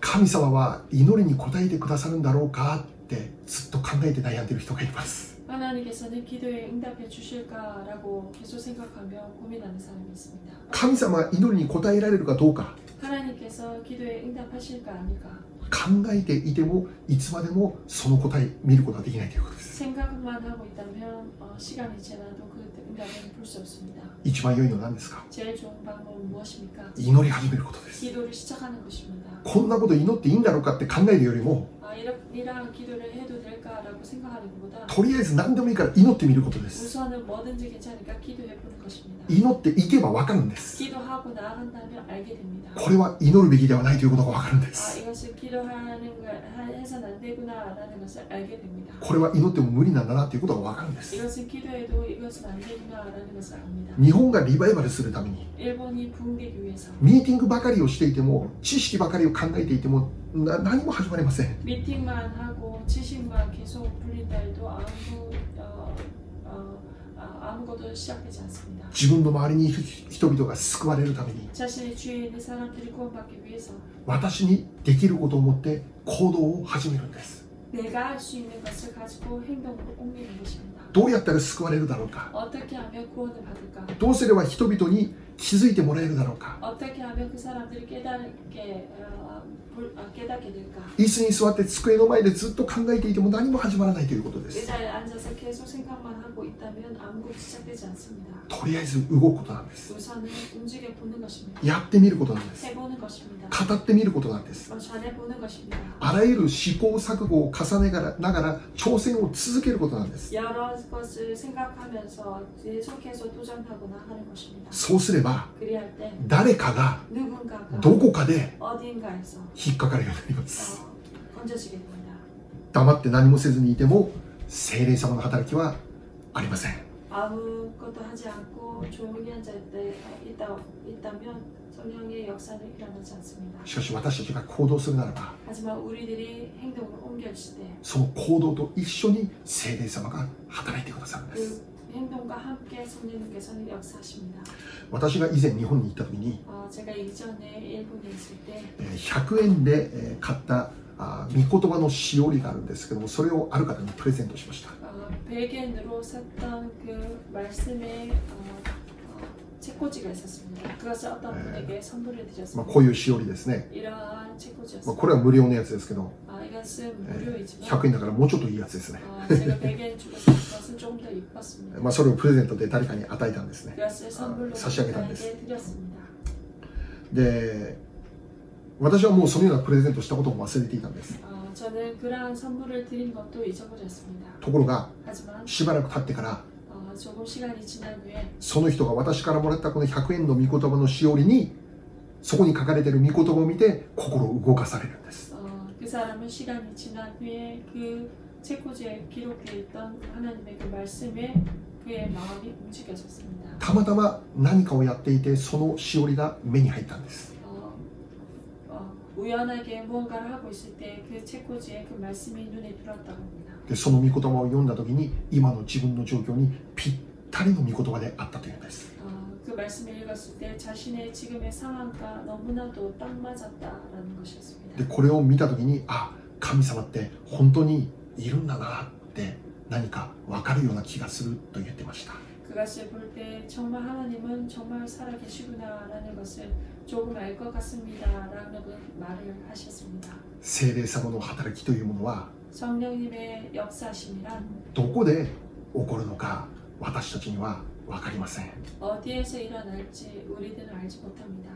Speaker 1: 神様は祈りに応えてくださるんだろうかってずっと考えて悩んでる人がいます
Speaker 2: 하나님께서는 기도에 응답해 주실까라고 계속 생각하며 고민하는 사람이 있습니다.
Speaker 1: 神様は祈りに応えられるかどうか
Speaker 2: 하나님께서 기도에 응답하실까 아닐까
Speaker 1: 考えていてもいつまでもその答え見ることができないということです
Speaker 2: 생각만 하고 있다면 어, 시간이 지나도 그 응답은 볼 수 없습니다.
Speaker 1: 一番良いのは何ですか
Speaker 2: 제일 좋은 방법은 무엇입니까?
Speaker 1: 祈り始めることです
Speaker 2: 기도를 시작하는 것입니다.
Speaker 1: こんなこと祈っていいんだろうかって考えるよりも
Speaker 2: 아, 이런, 이런 기도를 해도 될까라고 생각하는 것보다
Speaker 1: とりあえず何でもいいから祈ってみることです
Speaker 2: 우선은 뭐든지 괜찮으니까 기도해 보는 것입니다.
Speaker 1: 祈っていけば分かるんです
Speaker 2: 기도하고 나아간다면 알게 됩니다.
Speaker 1: これは祈るべきではないということが分かるんで
Speaker 2: 아,
Speaker 1: す
Speaker 2: 이것을 기도하는 걸 하- 해서는 안 되구나라는 것을 알게 됩니다.
Speaker 1: これは祈っても無理なんだなということが分かるんです
Speaker 2: 이것은 기도해도 이것은 안 되구나라는 것을 압니다.
Speaker 1: 日本がリバイバルするために
Speaker 2: 일본이 부흥되기 위해서
Speaker 1: ミーティングばかりをしていても知識ばかりを考えていてもな何も始まりません
Speaker 2: 미팅만 하고 지식만 계속 불린다 해도 아무 어, 어, 아, 아무것도 시작되지 않습니다.
Speaker 1: 自分の周りにいる人々が救われるために
Speaker 2: 자신의 주위에 있는 사람들이 구원받기 위해서
Speaker 1: 私にできることを持って行動を始めるんです
Speaker 2: 내가 할 수 있는 것을 가지고 행동으로 옮기는 것입니다.
Speaker 1: どうやったら救われるだろうか
Speaker 2: 어떻게 하면 구원을 받을까?
Speaker 1: どうすれば人々に気づいてもらえるだろうか
Speaker 2: 어떻게 하면 그 사람들이 깨닫게 어, 볼- 아, 깨닫게 될까?
Speaker 1: 椅子に座って机の前でずっと考えていても何も始まらないということです
Speaker 2: 그 의자에 앉아서 계속 생각만 하고 있다면 아무것도 시작되지 않습니다.
Speaker 1: とりあえず動くことなんです
Speaker 2: 우선은 움직여 보는 것입니다.
Speaker 1: やってみることなんです
Speaker 2: 해보는 것입니다.
Speaker 1: 語ってみることなんです
Speaker 2: 어, 전해보는 것입니다.
Speaker 1: あらゆる試行錯誤を重ねながら挑戦を続けることなんです
Speaker 2: 여러 것을 생각하면서 계속해서 도전하거나 하는 것입니다.
Speaker 1: そうすれば
Speaker 2: 그리할 때
Speaker 1: 誰かが
Speaker 2: 누군가가
Speaker 1: どこかで
Speaker 2: 어디인가에서
Speaker 1: 引っかかるようになります
Speaker 2: 어, 건져지게 됩니다.
Speaker 1: 黙って何もせずにいても精霊様の働きはありません
Speaker 2: 아무것도 하지 않고 조용히 앉아 있다, 있다면 성령의 역사는 일어나지 않습니다.
Speaker 1: しかし私たちが行動するならば
Speaker 2: 하지만 우리들이 행동을 옮겨질 때
Speaker 1: その行動と一緒に精霊様が働いてくださるんです
Speaker 2: 그 행동과 함께 성령님께서는 역사하십니다.
Speaker 1: 私が以前日本に行った時に
Speaker 2: 어, 제가 이전에 일본에 있을 때
Speaker 1: えー100円でえー買ったあー御言葉のしおりがあるんですけどもそれをある方にプレゼントしました
Speaker 2: 어, 100엔으로 샀던 그 말씀의 어, 어, 책꽂이가 있었습니다. 그것을 어떤
Speaker 1: 네.
Speaker 2: 분에게 선물을
Speaker 1: まあ、
Speaker 2: 드렸습니다.
Speaker 1: こういうしおりですね、
Speaker 2: 이러한
Speaker 1: まあ、
Speaker 2: 책꽂이였습니다.
Speaker 1: これは無料のやつですけど
Speaker 2: 아, 이것은
Speaker 1: 뭐 네.
Speaker 2: 무료이지만
Speaker 1: 100円だからもうちょっといいやつですね、
Speaker 2: 어, 제가 100엔 주고 산 것은 조금 더 이뻤습니다.
Speaker 1: まあ、それをプレゼントで誰かに与えたんですね
Speaker 2: 그것을 선물로
Speaker 1: 아, 사시하게
Speaker 2: 나에게
Speaker 1: 됐어요.
Speaker 2: 드렸습니다.
Speaker 1: で私はもうそのようなプレゼントしたことも忘れていたんです
Speaker 2: 어, 저는 그러한 선물을 드린 것도 잊어버렸습니다.
Speaker 1: ところが
Speaker 2: 하지만
Speaker 1: しばらく経ってから
Speaker 2: 어, 조금 시간이 지난 후에
Speaker 1: その人が私からもらったこの100円の御言葉のしおりにそこに書かれている御言葉を見て心を動かされるんです
Speaker 2: 어, 그 사람은 시간이 지난 후에 그 책꽂이에 기록되어 있던 하나님의 그 말씀에 그의 마음이 움직여졌습니다.
Speaker 1: たまたま何かをやっていてそのしおりが目に入ったんです
Speaker 2: 어, 어, 우연하게 무언가를 하고 있을 때 그 책꽂이에 그 말씀이 눈에 들어왔다고 합니다.
Speaker 1: でその御言葉を読んだ時に今の自分の状況にぴったりの御言葉であったというんです
Speaker 2: 어, 그 말씀을 읽었을 때 자신의 지금의 상황과 너무나도 딱 맞았다라는 것이었습니다.
Speaker 1: でこれを見た時にあ神様って本当にいるんだなって何か分かるような気がすると言ってました
Speaker 2: 그것을 볼 때 정말 하나님은 정말 살아계시구나라는 것을 조금 알 것 같습니다라는 그 말을 하셨습니다.
Speaker 1: 精霊様の働きというものは
Speaker 2: 성령님의 역사심이란
Speaker 1: どこで起こるのか私たちには分かりません
Speaker 2: 어디에서 일어날지 우리들은 알지 못합니다.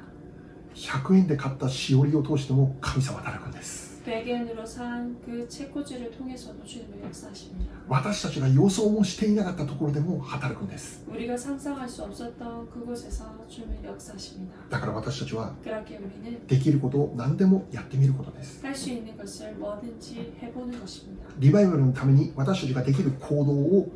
Speaker 1: 100円で買ったしおりを通しても神様は働くんです
Speaker 2: 백엔으로 산 그 체코지를 통해서도 주님의 역사하십니다.
Speaker 1: 私たちが予想もしていなかったところでも働くんです
Speaker 2: 우리가 상상할 수 없었던 그곳에서 주님의 역사하십니다.
Speaker 1: だから私たちは
Speaker 2: 그렇게 우리는
Speaker 1: できることを何でもやってみることです
Speaker 2: 할 수 있는 것을 뭐든지 해보는 것입니다.
Speaker 1: リバイバルのために私たちができる行動を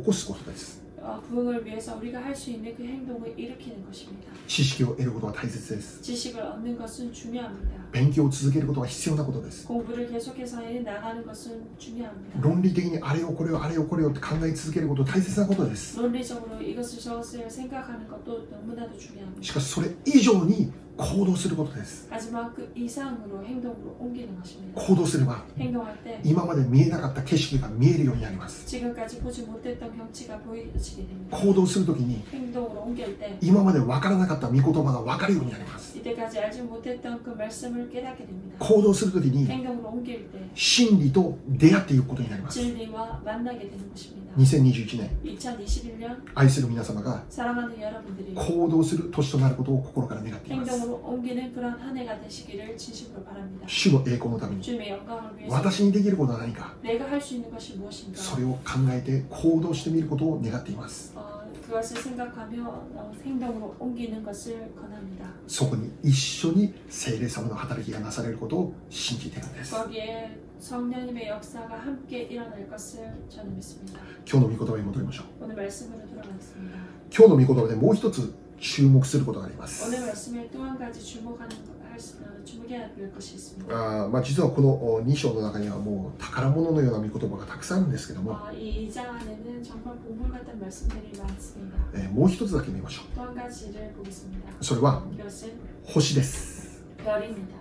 Speaker 1: 起こすことです
Speaker 2: 어, 부흥을 위해서 우리가 할 수 있는 그 행동을 일으키는 것입니다.
Speaker 1: 知識を得ることは大切です
Speaker 2: 지식을 얻는 것은 중요합니다.
Speaker 1: 勉強を続けることが必要なことです
Speaker 2: 공부를 계속해서 해 나가는 것은 중요합니다.
Speaker 1: 論理的にあれをこれをあれをこれをって考え続けること大切なことです
Speaker 2: 논리적으로 이것을 저것을 생각하는 것도 너무나도
Speaker 1: し
Speaker 2: 중요합니다.
Speaker 1: かしそれ以上に行動することです
Speaker 2: 하지만 그 이상으로 행동으로 옮기는 것입니다.
Speaker 1: 行動すれば
Speaker 2: 행동할 때
Speaker 1: 今まで見えなかった景色が見えるようになります
Speaker 2: 지금까지 보지 못했던 경치가 보이시게 됩니다.
Speaker 1: 行動するときに
Speaker 2: 행동으로 옮길 때
Speaker 1: 今まで分からなかった御言葉が分かるようになります
Speaker 2: 이때까지 알지 못했던 그 말씀을 깨닫게 됩니다.
Speaker 1: 行動するときに
Speaker 2: 행동으로 옮길 때
Speaker 1: 真理と出会っていくことになります
Speaker 2: 진리와 만나게 되는 것입니다.
Speaker 1: 2021年
Speaker 2: 2021년
Speaker 1: 愛する皆様が
Speaker 2: 사랑하는 여러분들이
Speaker 1: 行動する年となることを心から願っています
Speaker 2: 행동으로 옮기는 그런 한 해가 되시기를 진심으로 바랍니다.
Speaker 1: 主の栄光のために
Speaker 2: 주님의 영광을 위해서
Speaker 1: 私にできることは何か
Speaker 2: 내가 할 수 있는 것이 무엇인가
Speaker 1: それを考えて行動してみることを願っています
Speaker 2: 어, 그것을 생각하며 어, 행동으로 옮기는 것을 권합니다.
Speaker 1: そこに一緒に聖霊様の働きがなされることを信じているんです
Speaker 2: 거기에 성령님의 역사가 함께 일어날 것을 저는 믿습니다.
Speaker 1: 今日の御言葉に戻りましょう
Speaker 2: 오늘 말씀으로 돌아가겠습니다.
Speaker 1: 今日の御言葉でもう一つ注目することがありま
Speaker 2: 오늘
Speaker 1: す
Speaker 2: 말씀에 또 한 가지 주목하는 것- 할 수- 어, 주목해야 될 것이 있습니다.
Speaker 1: あーまあ、実はこの2章の中にはもう宝物のような御言葉がたくさんあるんですけども、
Speaker 2: 어, 이 2장 안에는 정말 보물 같은 말씀들이 많습니다.
Speaker 1: えーもう一つだけ見ましょ
Speaker 2: 또 한 가지를 보겠습니다.
Speaker 1: うそれは
Speaker 2: 이것은
Speaker 1: 星です
Speaker 2: 별입니다.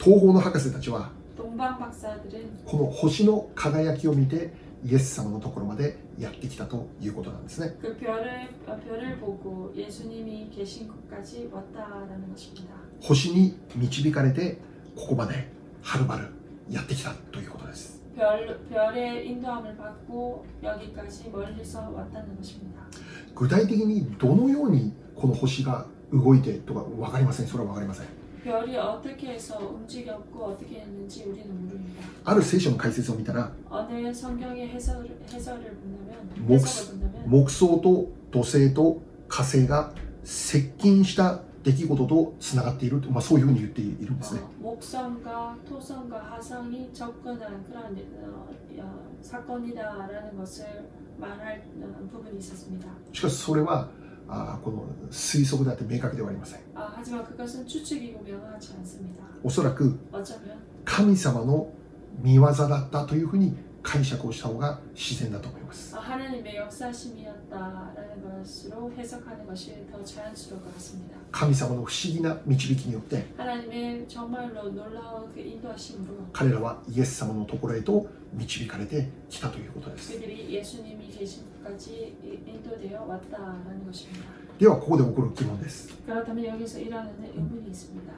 Speaker 1: 東方の博士たちは
Speaker 2: 동방 박사들은
Speaker 1: この星の輝きを見てイエス様のところまでやってきたということなんですね
Speaker 2: 그 별을 어, 별을 보고 예수님이 계신 곳까지 왔다라는 것입니다.
Speaker 1: 星に導かれてここまではるばるやってきたということです
Speaker 2: 별 별의 인도함을 받고 여기까지 멀리서 왔다는 것입니다.
Speaker 1: 具体的にどのようにこの星が動いてとか分かりませんそれは分かりません
Speaker 2: 별이 어떻게 해서 움직였고 어떻게 했는지 우리는 모릅니다.
Speaker 1: ある聖書の解説を見たら
Speaker 2: 어느 성경의 해설, 해설을 본다면
Speaker 1: 목수-
Speaker 2: 해석을 본다면
Speaker 1: 木星と土星と火星が接近した出来事とつながっていると、まあ、そういうふうに言っているんですね
Speaker 2: 어, 목성과 토성과 하성이 접근한 그런 어, 어, 사건이다라는 것을 말할 어, 부분이 있었습니다.
Speaker 1: しかしそれはあーこの推測であって明確ではありません
Speaker 2: 아, 하지만 그것은 추측이고 명확하지 않습니다.
Speaker 1: おそらく
Speaker 2: 어쩌면
Speaker 1: 神様の見業だったというふうに解釈をした方が自然だと思います
Speaker 2: 아, 하나님의 역사심이었다라는 것으로 해석하는 것이 더 자연스러울 것 같습니다.
Speaker 1: 神様の不思議な導きによって
Speaker 2: 하나님의 정말로 놀라운 그 인도하심으로
Speaker 1: 彼らはイエス様のところへと導かれてきたということです
Speaker 2: 그들이 예수님이 계신 곳까지 이- 인도되어 왔다라는 것입니다.
Speaker 1: ではここで起こる疑問です
Speaker 2: 그렇다면 여기서 일어나는 의문이 있습니다.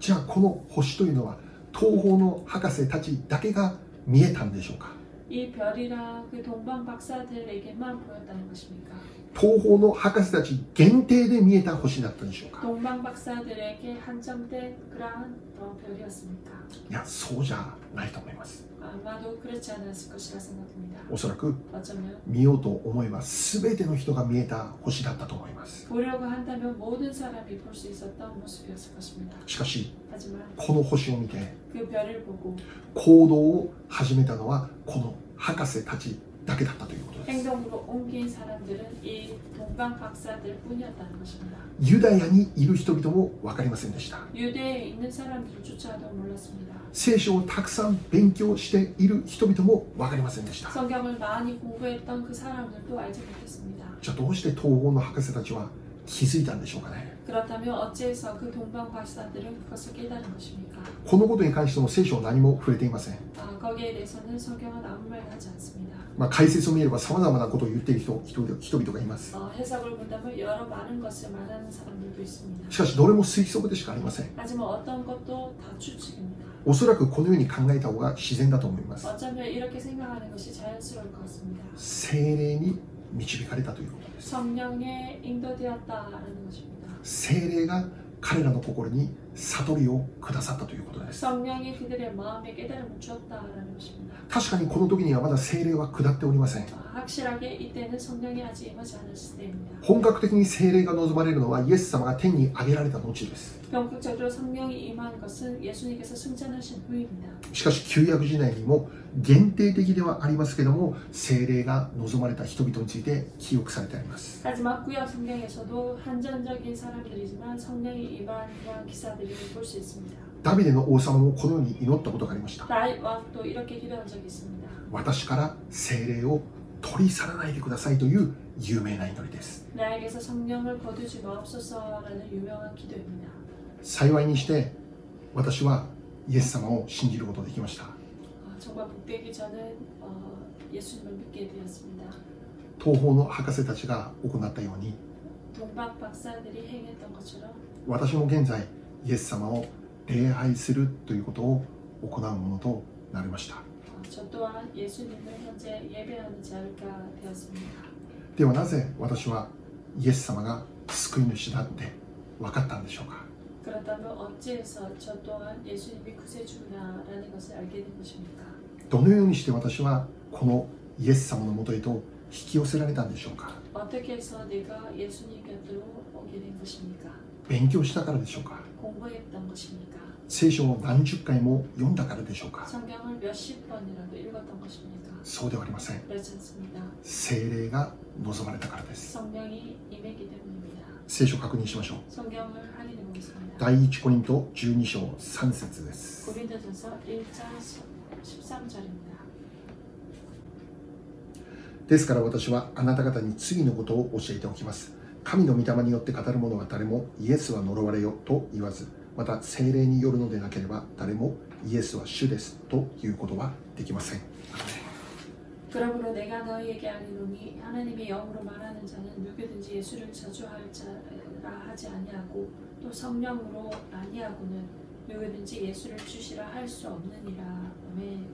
Speaker 1: じゃあこの星というのは東方の博士たちだけが見えたんでしょうか
Speaker 2: 이 별이랑 그 동방 박사들에게만 보였다는 것입니까?
Speaker 1: 東方の博士たち限定で見えた星だったんでしょうか
Speaker 2: 동방 박사들에게 한정된 그러한 어, 별이었습니까?
Speaker 1: いやそうじゃないと思います
Speaker 2: 아마도 그렇지 않았을 것이라 생각합니다.
Speaker 1: おそらく
Speaker 2: 어쩌면
Speaker 1: 見ようと思えば全ての人が見えた星だったと思います
Speaker 2: 보려고 한다면 모든 사람이 볼 수 있었던 모습이었을 것입니다.
Speaker 1: しかし
Speaker 2: 하지만
Speaker 1: この星を見て
Speaker 2: 그 별을 보고
Speaker 1: 行動を始めたのはこの博士たちだけだったということです
Speaker 2: 행동으로 옮긴 사람들은 이 동방 박사들 뿐이었다는 것입니다.
Speaker 1: ユダヤにいる人々も分かりませんでした
Speaker 2: 유대에 있는 사람들조차도 몰랐습니다.
Speaker 1: 聖書をたくさん勉強している人々も分かりませんでした
Speaker 2: 성경을 많이 공부했던 그 사람들도 알지 못했습니다.
Speaker 1: じゃあどうして東方の博士たちは気づいたんでしょうかね
Speaker 2: 그렇다면 어째서 그 동방 과시사들은 그것을 깨달은 것입니까?
Speaker 1: このことに関しても聖書は何も触れていません
Speaker 2: 아, 거기에 대해서는 성경은 아무 말 하지 않습니다.
Speaker 1: まあ、解説を見ればさまざまなことを言っている人人々人々がいます
Speaker 2: 어, 해석을 본다면 여러 많은 것을 말하는 사람들도 있습니다.
Speaker 1: しかしどれも推測でしかありません
Speaker 2: 하지만 어떤 것도 다 추측입니다.
Speaker 1: おそらくこのように考えた方が自然だと思います
Speaker 2: 어쩌면 이렇게 생각하는 것이 자연스러울 것 같습니다.
Speaker 1: 精霊に導かれたということです
Speaker 2: 성령에 인도되었다라는 것입니다.
Speaker 1: 精霊が彼らの心に悟りをくださったということです
Speaker 2: 성령이 그들의 마음에 깨달음을 주었다라는 것입니다.
Speaker 1: 確かにこの時にはまだ聖霊は下っておりません
Speaker 2: 확실하게 이때는 성령이 아직 임하지 않았을 때입니다.
Speaker 1: 本格的に聖霊が望まれるのはイエス様が天に上げられた後です。
Speaker 2: 본격적으로 성령이 임한 것은 예수님께서 승천하신 후입니다.
Speaker 1: しかし旧約時代にも限定的ではありますけども聖霊が望まれた人々について記憶されてあります
Speaker 2: 하지만 구약 성경에서도 한전적인 사람들이지만 성령이 임한 그런 기사들을 볼 수 있습니다.
Speaker 1: ダビデの王様もこのように祈ったことがありました
Speaker 2: 다윗 왕도 이렇게 기도한 적이 있습니다.
Speaker 1: 私から聖霊を取り去らないでくださいという有名な祈りです
Speaker 2: 나에게서 성령을 거두지 마옵소서라는 유명한 기도입니다.
Speaker 1: 幸いにして私はイエス様を信じることができました
Speaker 2: 아, 정말 복되기 저는 어, 예수님을 믿게 되었습니다.
Speaker 1: 東方の博士たちが行ったように
Speaker 2: 동방 박사들이 행했던 것처럼
Speaker 1: 私も現在イエス様を礼拝するということを行うものとなりました
Speaker 2: 어, 저 또한 예수님을 현재 예배하는 자가 되었습니다.
Speaker 1: ではなぜ私はイエス様が救い主だって分かったんでしょうか
Speaker 2: 그렇다면 어찌해서 저 또한 예수님이 구세주나라는 것을 알게 된 것입니까?
Speaker 1: どのようにして私はこのイエス様のもとへと引き寄せられたんでしょうか
Speaker 2: 어떻게 해서 내가 예수님 곁으로 오게 된 것입니까?
Speaker 1: 勉強したからでしょうか
Speaker 2: 공부했던 것입니까?
Speaker 1: 聖書を何十回も読んだからでしょうか
Speaker 2: 성경을 몇십 번이라도 읽었던 것입니까?
Speaker 1: そうではありません
Speaker 2: 그렇지 않습니다.
Speaker 1: 聖霊が望まれたからです
Speaker 2: 성령이 임했기 때문입니다.
Speaker 1: 聖書を確認しましょう
Speaker 2: 성경을 확인해 보겠습니다.
Speaker 1: 第1コリント12章3節です
Speaker 2: 고린도전서 1장 13절입니다.
Speaker 1: ですから私はあなた方に次のことを教えておきます。神の御霊によって語る者は誰もイエスは呪われよと言わず、また聖霊によるのでなければ誰もイエスは主ですということはできません。
Speaker 2: 그러므로 내가 너희에게 알리노니 하나님의 영으로 말하는 자는 누구든지 예수를 저주할 자라 하지 아니하고 또 성령으로 아니하고는 누구든지 예수를 주시라 할 수 없느니라. 아멘.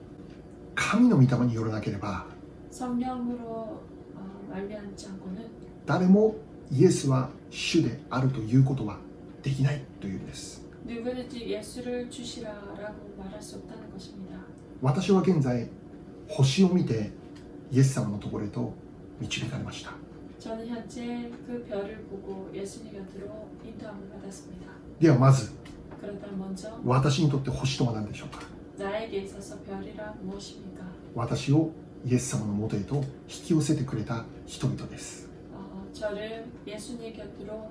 Speaker 1: 神の御霊によらなければ
Speaker 2: 성령으로 어, 말미암지 않고는
Speaker 1: 誰もイエスは主であるということはできないというんです。
Speaker 2: 누구든지 예수를 주시라라고 말할 수 없다는 것입니다.
Speaker 1: 私は現在、星を見てイエス様のところへと導かれました。
Speaker 2: 저는 현재 그 별을 보고 예수님 곁으로 인도함을 받았습니다.
Speaker 1: ではまず、
Speaker 2: 그러다 먼저
Speaker 1: 私にとって星とは何でしょうか
Speaker 2: 나에게 있어서 별이란 무엇입니까?
Speaker 1: 私をイエス様のもとへと引き寄せてくれた人々です
Speaker 2: 어, 저를 예수님 곁으로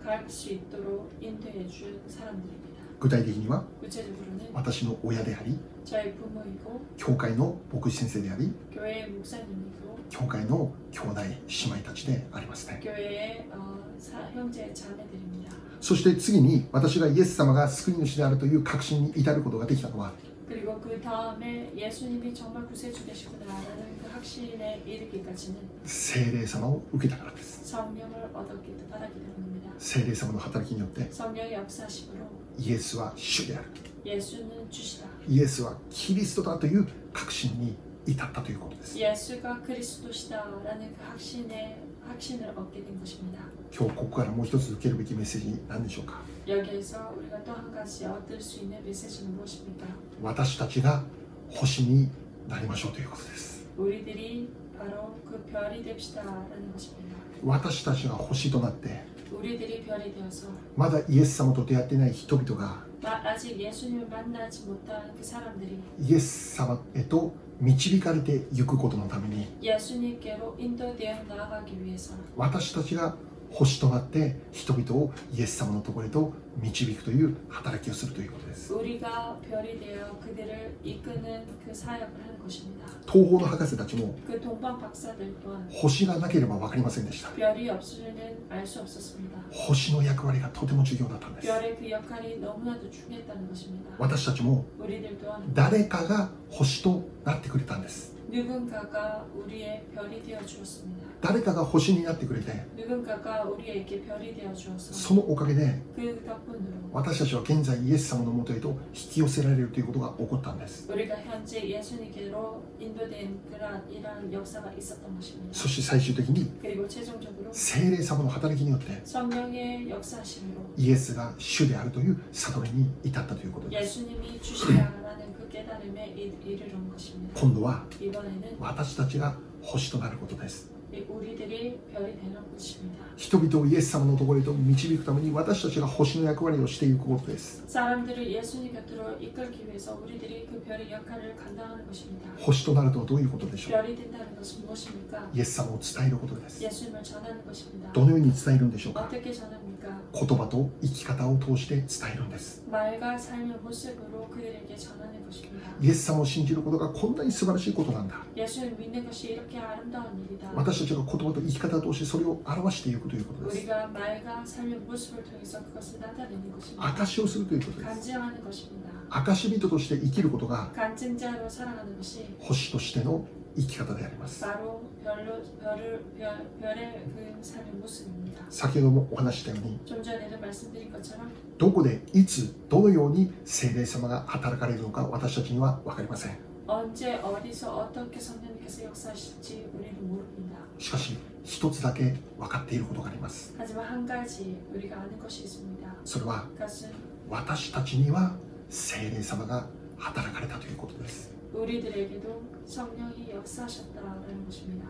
Speaker 2: 갈 수 있도록 인도해 준 사람들입니다.
Speaker 1: 具体的には
Speaker 2: 구체적으로는
Speaker 1: 私の親であり
Speaker 2: 저의 부모이고
Speaker 1: 教会の牧師先生であり
Speaker 2: 교회의 목사님이고
Speaker 1: 教会の兄弟姉妹たちでありますね
Speaker 2: 교회의 어, 사- 형제 자매들입니다.
Speaker 1: そして次に私がイエス様が救い主であるという確信に至ることができたのは
Speaker 2: 그리고 그 다음에 예수님이 정말 구세주 되시구나라는 그 확신에 이르기까지는
Speaker 1: 聖霊様を受けたからです
Speaker 2: 성령을 얻었기 받았기 때문입니다.
Speaker 1: 聖霊様の働きによって
Speaker 2: 성령의 역사심으로
Speaker 1: イエスは主である
Speaker 2: 예수는 주시다.
Speaker 1: イエスはキリストだという確信に至ったということです
Speaker 2: 예수가 그리스도시다라는 그 확신에 확신을 얻게 된 것입니다.
Speaker 1: 今日ここからもう一つ受けるべきメッセージ何でしょうか
Speaker 2: 여기에서 우리가 또 한 가지 얻을 수 있는 메시지는 무엇입니까?
Speaker 1: 私たちが星になりましょうということです
Speaker 2: 우리들이 바로 그 별이 됩시다라는 것입니다.
Speaker 1: 私たちが星となって
Speaker 2: 우리들이 별이 되어서
Speaker 1: まだイエス様と出会ってない人々が
Speaker 2: 나- 아직 예수님을 만나지 못한 그 사람들이
Speaker 1: イエス様へと導かれていくことのために
Speaker 2: 예수님께로 인도되어 나아가기 위해서
Speaker 1: 私たちが星となって人々をイエス様のところへと導くという働きをするということです
Speaker 2: 우리가 별이 되어 그들을 이끄는 그 사역을 하는 것입니다.
Speaker 1: 東方の博士たちも
Speaker 2: 그 동방 박사들 또한
Speaker 1: 星がなければ分かりませんでした
Speaker 2: 별이 없으면 알 수 없었습니다.
Speaker 1: 星の役割がとても重要だったんです
Speaker 2: 별의 그 역할이 너무나도 중요했다는 것입니다.
Speaker 1: 私たちも
Speaker 2: 우리들 또한
Speaker 1: 誰かが星となってくれたんです
Speaker 2: 누군가가 우리의 별이 되어 주었습니다.
Speaker 1: 誰かが星になってくれて
Speaker 2: 누군가가 우리에게 별이 되어 주어서
Speaker 1: そのおかげで
Speaker 2: 그 덕분으로
Speaker 1: 私たちは現在イエス様のもとへと引き寄せられるということが起こったんです
Speaker 2: 우리가 현재 예수님께로 인도된 그런 이런 역사가 있었던 것입니다.
Speaker 1: そして最終的に
Speaker 2: 그리고 최종적으로
Speaker 1: 精霊様の働きによって
Speaker 2: 성령의 역사심으로
Speaker 1: イエスが主であるという悟りに至ったということです
Speaker 2: 예수님이 주시라는 그 깨달음에 이- 이르는 것입니다.
Speaker 1: 今度は
Speaker 2: 이번에는
Speaker 1: 私たちが星となることです
Speaker 2: 이- 우리들이 별이 되는 것입니다.
Speaker 1: 人々をイエス様のところへと導くために私たちが星の役割をしていくことです
Speaker 2: 사람들을 예수님 곁으로 이끌기 위해서 우리들이 그 별의 역할을 감당하는 것입니다.
Speaker 1: 星となるとはどういうことでしょう
Speaker 2: 별이 된다는 것은 무엇입니까?
Speaker 1: イエス様を伝えることです
Speaker 2: 예수님을 전하는 것입니다.
Speaker 1: どのように伝えるんでしょうか
Speaker 2: 어떻게 전합니까?
Speaker 1: 言葉と生き方を通して伝えるんです
Speaker 2: 말과 삶의 모습으로 그들에게 전하는 것입니다.
Speaker 1: イエス様を信じることがこんなに素晴らしいことなんだ
Speaker 2: 예수를 믿는 것이 이렇게 아름다운 일이다.
Speaker 1: 私たちが言葉と生き方を通してそれを表していくということです
Speaker 2: 우리가 말과 삶의 모습을 통해서 그것을 나타내는 것입니다.
Speaker 1: 証しをするということです
Speaker 2: 간증하는 것입니다.
Speaker 1: 証し人として生きることが
Speaker 2: 간증자로 살아가는 것이
Speaker 1: 星としての生き方であります
Speaker 2: 바로 별로, 별을, 별, 별의 그 삶의 모습입니다.
Speaker 1: 先ほどもお話ししたように
Speaker 2: 좀 전에도 말씀드린 것처럼
Speaker 1: どこでいつどのように聖霊様が働かれるのか私たちには分かりません
Speaker 2: 언제 어디서 어떻게 성령님께서 역사하실지 우리는 모릅니다.
Speaker 1: しかし一つだけ分かっていることがあります
Speaker 2: 하지만 한 가지 우리가 아는 것이 있습니다.
Speaker 1: それは
Speaker 2: 그것은
Speaker 1: 私たちには聖霊様が働かれたということです
Speaker 2: 우리들에게도 성령이 역사하셨다라는 것입니다.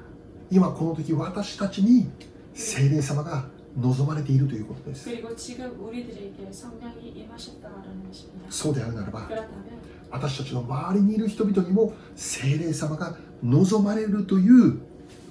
Speaker 1: 今この時私たちに聖霊様が望まれているということです
Speaker 2: 그리고 지금 우리들에게 성령이 임하셨다라는 것입니다.
Speaker 1: そうであるならば
Speaker 2: 그렇다면
Speaker 1: 私たちの周りにいる人々にも聖霊様が望まれるという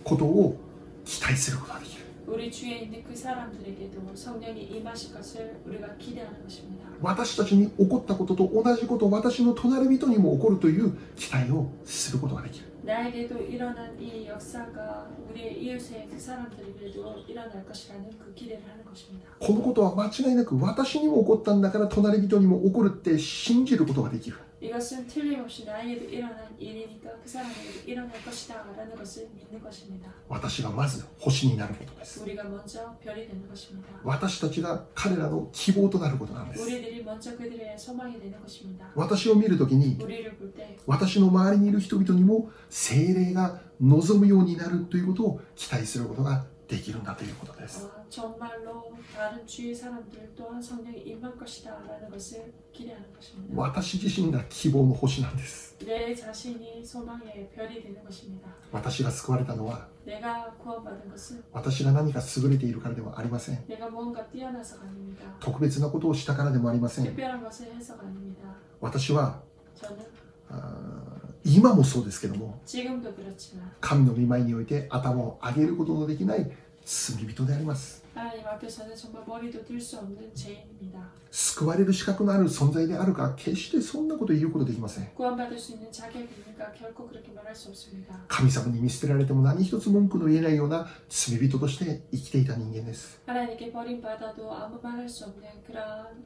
Speaker 1: ことを期待することができる
Speaker 2: 우리 주위에 있는 그 사람들에게도 성령이 임하실 것을 우리가 기대하는 것입니다.
Speaker 1: 私たちに起こったことと同じことを私の隣人にも起こるという期待をすることができる
Speaker 2: 나에게도 일어난 이 역사가 우리의 이웃의 그 사람들에게도 일어날 것이라는 그 기대를 하는 것입니다.
Speaker 1: このことは間違いなく私にも起こったんだから隣人にも起こるって信じることができる
Speaker 2: 이것은 틀림없이 나에게도 일어난 일이니까 그 사람에게도 일어날 것이다라는 것을 믿는 것입니다.
Speaker 1: 私がまず星になることです
Speaker 2: 우리가 먼저 별이 되는 것입니다.
Speaker 1: 私たちが彼らの希望となることなんです
Speaker 2: 우리들이 먼저 그들의 소망이 되는 것입니다.
Speaker 1: 私を見るときに
Speaker 2: 우리를 볼 때
Speaker 1: 私の周りにいる人々にも精霊が望むようになるということを期待することができるんだということです
Speaker 2: 아, 정말로 다른 주위 사람들 또한 성령이 임할 것이다라는 것을 기대하는 것입니다.
Speaker 1: 私自身が希望の星なんです
Speaker 2: 내 자신이 소망의 별이 되는 것입니다.
Speaker 1: 私が救われたのは
Speaker 2: 내가 구원받은 것은
Speaker 1: 私が何か優れているからではありません
Speaker 2: 내가 무언가 뛰어나서가 아닙니다.
Speaker 1: 特別なことをしたからでもありません
Speaker 2: 특별한 것을 해서가 아닙니다.
Speaker 1: 私は
Speaker 2: 저는
Speaker 1: あー今もそうですけども
Speaker 2: 지금도 그렇지만
Speaker 1: 神の御前において頭を上げることのできない罪人であります
Speaker 2: 하나님 앞에서는 정말 머리도 들 수 없는 죄인입니다.
Speaker 1: 救われる資格のある存在であるが決してそんなこと言うことできません
Speaker 2: 구원받을 수 있는 자격이 있는가 결코 그렇게 말할 수 없습니다.
Speaker 1: 神様に見捨てられても何一つ文句の言えないような罪人として生きていた人間です
Speaker 2: 하나님께 버림받아도 아무 말할 수 없는 그런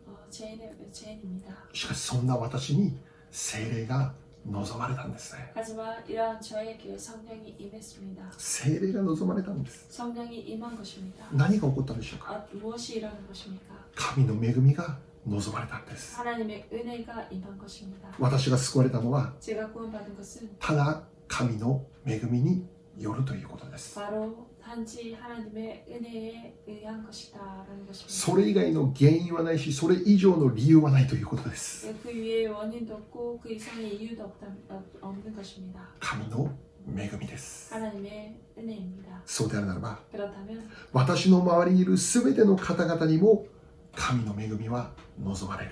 Speaker 2: 어, 죄인의, 죄인입니다.
Speaker 1: しかしそんな私に精霊が望まれたんですね
Speaker 2: 하지만 이러한 저에게 성령이 임했습니다.
Speaker 1: 精霊が望まれたんです
Speaker 2: 성령이 임한 것입니다.
Speaker 1: 何が起こったんでしょうか
Speaker 2: 아, 무엇이 일어난 것입니까?
Speaker 1: 神の恵みが望まれたんです
Speaker 2: 하나님의 은혜가 임한 것입니다.
Speaker 1: 私が救われたのは
Speaker 2: 제가 구원받은 것은
Speaker 1: ただ神の恵みによるということです
Speaker 2: 바로 단지 하나님의 은혜에 의한 것이다라는 것입니다.
Speaker 1: それ以外の原因はないしそれ以上の理由はないということです
Speaker 2: 그 위에 원인도 없고 그 이상의 이유도 없다, 없- 없는 것입니다.
Speaker 1: 神の恵みです
Speaker 2: 하나님의 은혜입니다.
Speaker 1: そうであるならば
Speaker 2: 그렇다면
Speaker 1: 私の周りにいる全ての方々にも神の恵みは望まれる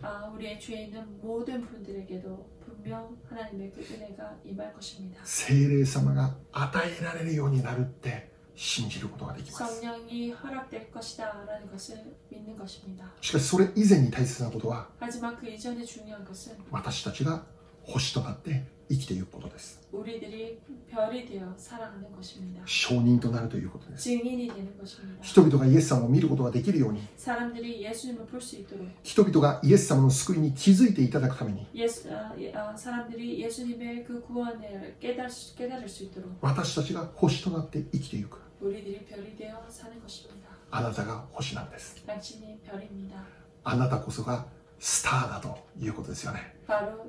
Speaker 2: 아, 우리의 주위에 있는 모든 분들에게도 분명 하나님의 그 은혜가 임할 것입니다.
Speaker 1: 精霊様が与えられるようになるって信じることができます
Speaker 2: 성령이 허락될 것이다라는 것을 믿는 것입니다.
Speaker 1: しかしそれ以前に大切なことは
Speaker 2: 하지만 그 이전에 중요한 것은
Speaker 1: 私たちが星となって生きていくことです
Speaker 2: 우리들이 별이 되어 살아가는 것입니다.
Speaker 1: 証人となるということです
Speaker 2: 증인이 되는 것입니다.
Speaker 1: 人々がイエス様を見ることができるように
Speaker 2: 사람들이 예수님을 볼 수 있도록
Speaker 1: 人々がイエス様の救いに気づいていただくために
Speaker 2: 예수, 아, 예, 아, 사람들이 예수님의 그 구원을 깨달을 수, 깨달을 수 있도록
Speaker 1: 私たちが星となって生きていく
Speaker 2: 우리들이 별이 되어 사는 것입니다.
Speaker 1: あなたが星なんです
Speaker 2: 당신이 별입니다.
Speaker 1: あなたこそがスターだということですよね
Speaker 2: 바로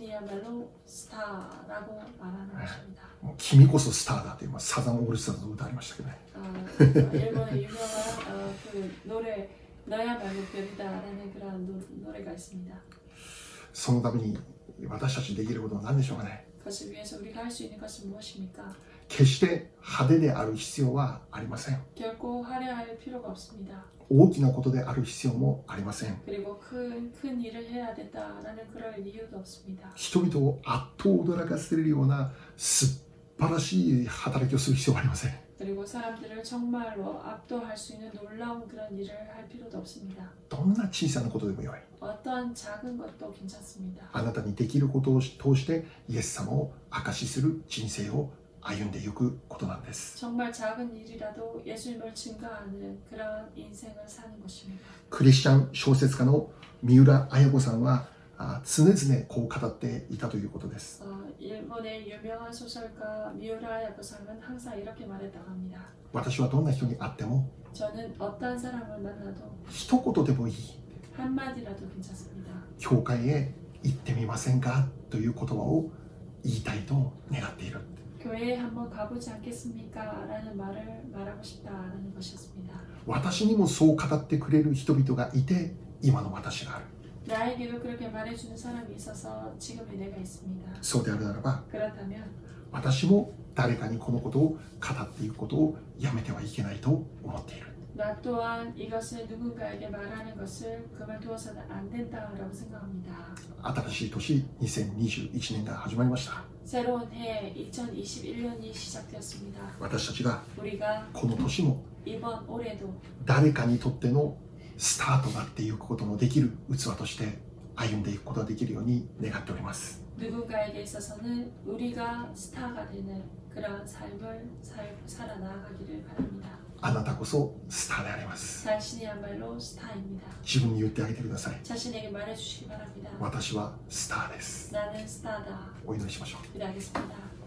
Speaker 2: 당신이야말로 스타라고 말하는 것입니다.
Speaker 1: もう君こそスターだという、まあ、サザンオールスターズの歌ありましたけどね
Speaker 2: 아, 일본의 유명한 어, 그 노래 너야말로 별이다라는 그런 노, 노래가 있습니다.
Speaker 1: そのために私たちにできることは何でしょうかね
Speaker 2: 그것을 위해서 우리가 할 수 있는 것은 무엇입니까?
Speaker 1: 決して派手である必要はありません
Speaker 2: 결코 화려할 필요가 없습니다.
Speaker 1: 大きなことである必要もありません
Speaker 2: 그리고 큰, 큰 일을 해야 된다라는 그럴 이유도 없습니다.
Speaker 1: 人々を圧倒驚かせるような素晴らしい働きをする必要はありません
Speaker 2: 그리고 사람들을 정말로 압도할 수 있는 놀라운 그런 일을 할 필요도 없습니다.
Speaker 1: どんな小さなことでもよい
Speaker 2: 어떠한 작은 것도 괜찮습니다.
Speaker 1: あなたにできることを通してイエス様を証しする人生を歩んでいくことなんです
Speaker 2: 정말 작은 일이라도 예수님을 증거하는 그런 인생을 사는 것입니다.
Speaker 1: クリスチャン小説家の三浦綾子さんはあ常々こう語っていたということです
Speaker 2: 어, 일본의 유명한 소설가 미우라 야코상은 항상 이렇게 말했다고 합니다.
Speaker 1: 私はどんな人に会っても
Speaker 2: 저는 어떠한 사람을 만나도
Speaker 1: 一言でもいい
Speaker 2: 한마디라도 괜찮습니다.
Speaker 1: 教会へ行ってみませんかという言葉を言いたいと願っている
Speaker 2: 교회에 한번 가보지 않겠습니까? 라는 말을 말하고 싶다라는 것이었습니다.
Speaker 1: 私にもそう語ってくれる人々がいて今の私がある
Speaker 2: 나에게도 그렇게 말해주는 사람이 있어서 지금의 내가 있습니다.
Speaker 1: そうであるならば
Speaker 2: 그렇다면
Speaker 1: 私も誰かにこのことを語っていくことをやめてはいけないと思っている
Speaker 2: 나 또한 이것을 누군가에게 말하는 것을 그만두어서는 안 된다라고 생각합니다.
Speaker 1: 新しい年2021年が始まりました
Speaker 2: 새로운 해 2021년이 시작되었습니다.
Speaker 1: 私たちが
Speaker 2: 우리가
Speaker 1: この年も
Speaker 2: 이번 올해도
Speaker 1: 誰かにとってのスターとなっていくことのできる器として歩んでいくことができるように願っております
Speaker 2: 누군가에게 있어서는 우리가 스타가 되는 그런 삶을 살, 살아나가기를 바랍니다.
Speaker 1: あなたこそスターであります
Speaker 2: 자신이야말로 스타입니다.
Speaker 1: 自分に言ってあげてください
Speaker 2: 자신에게 말해주시기 바랍니다.
Speaker 1: 私はスターです
Speaker 2: 나는 스타다.
Speaker 1: お祈りしましょう
Speaker 2: 기도하겠습니다.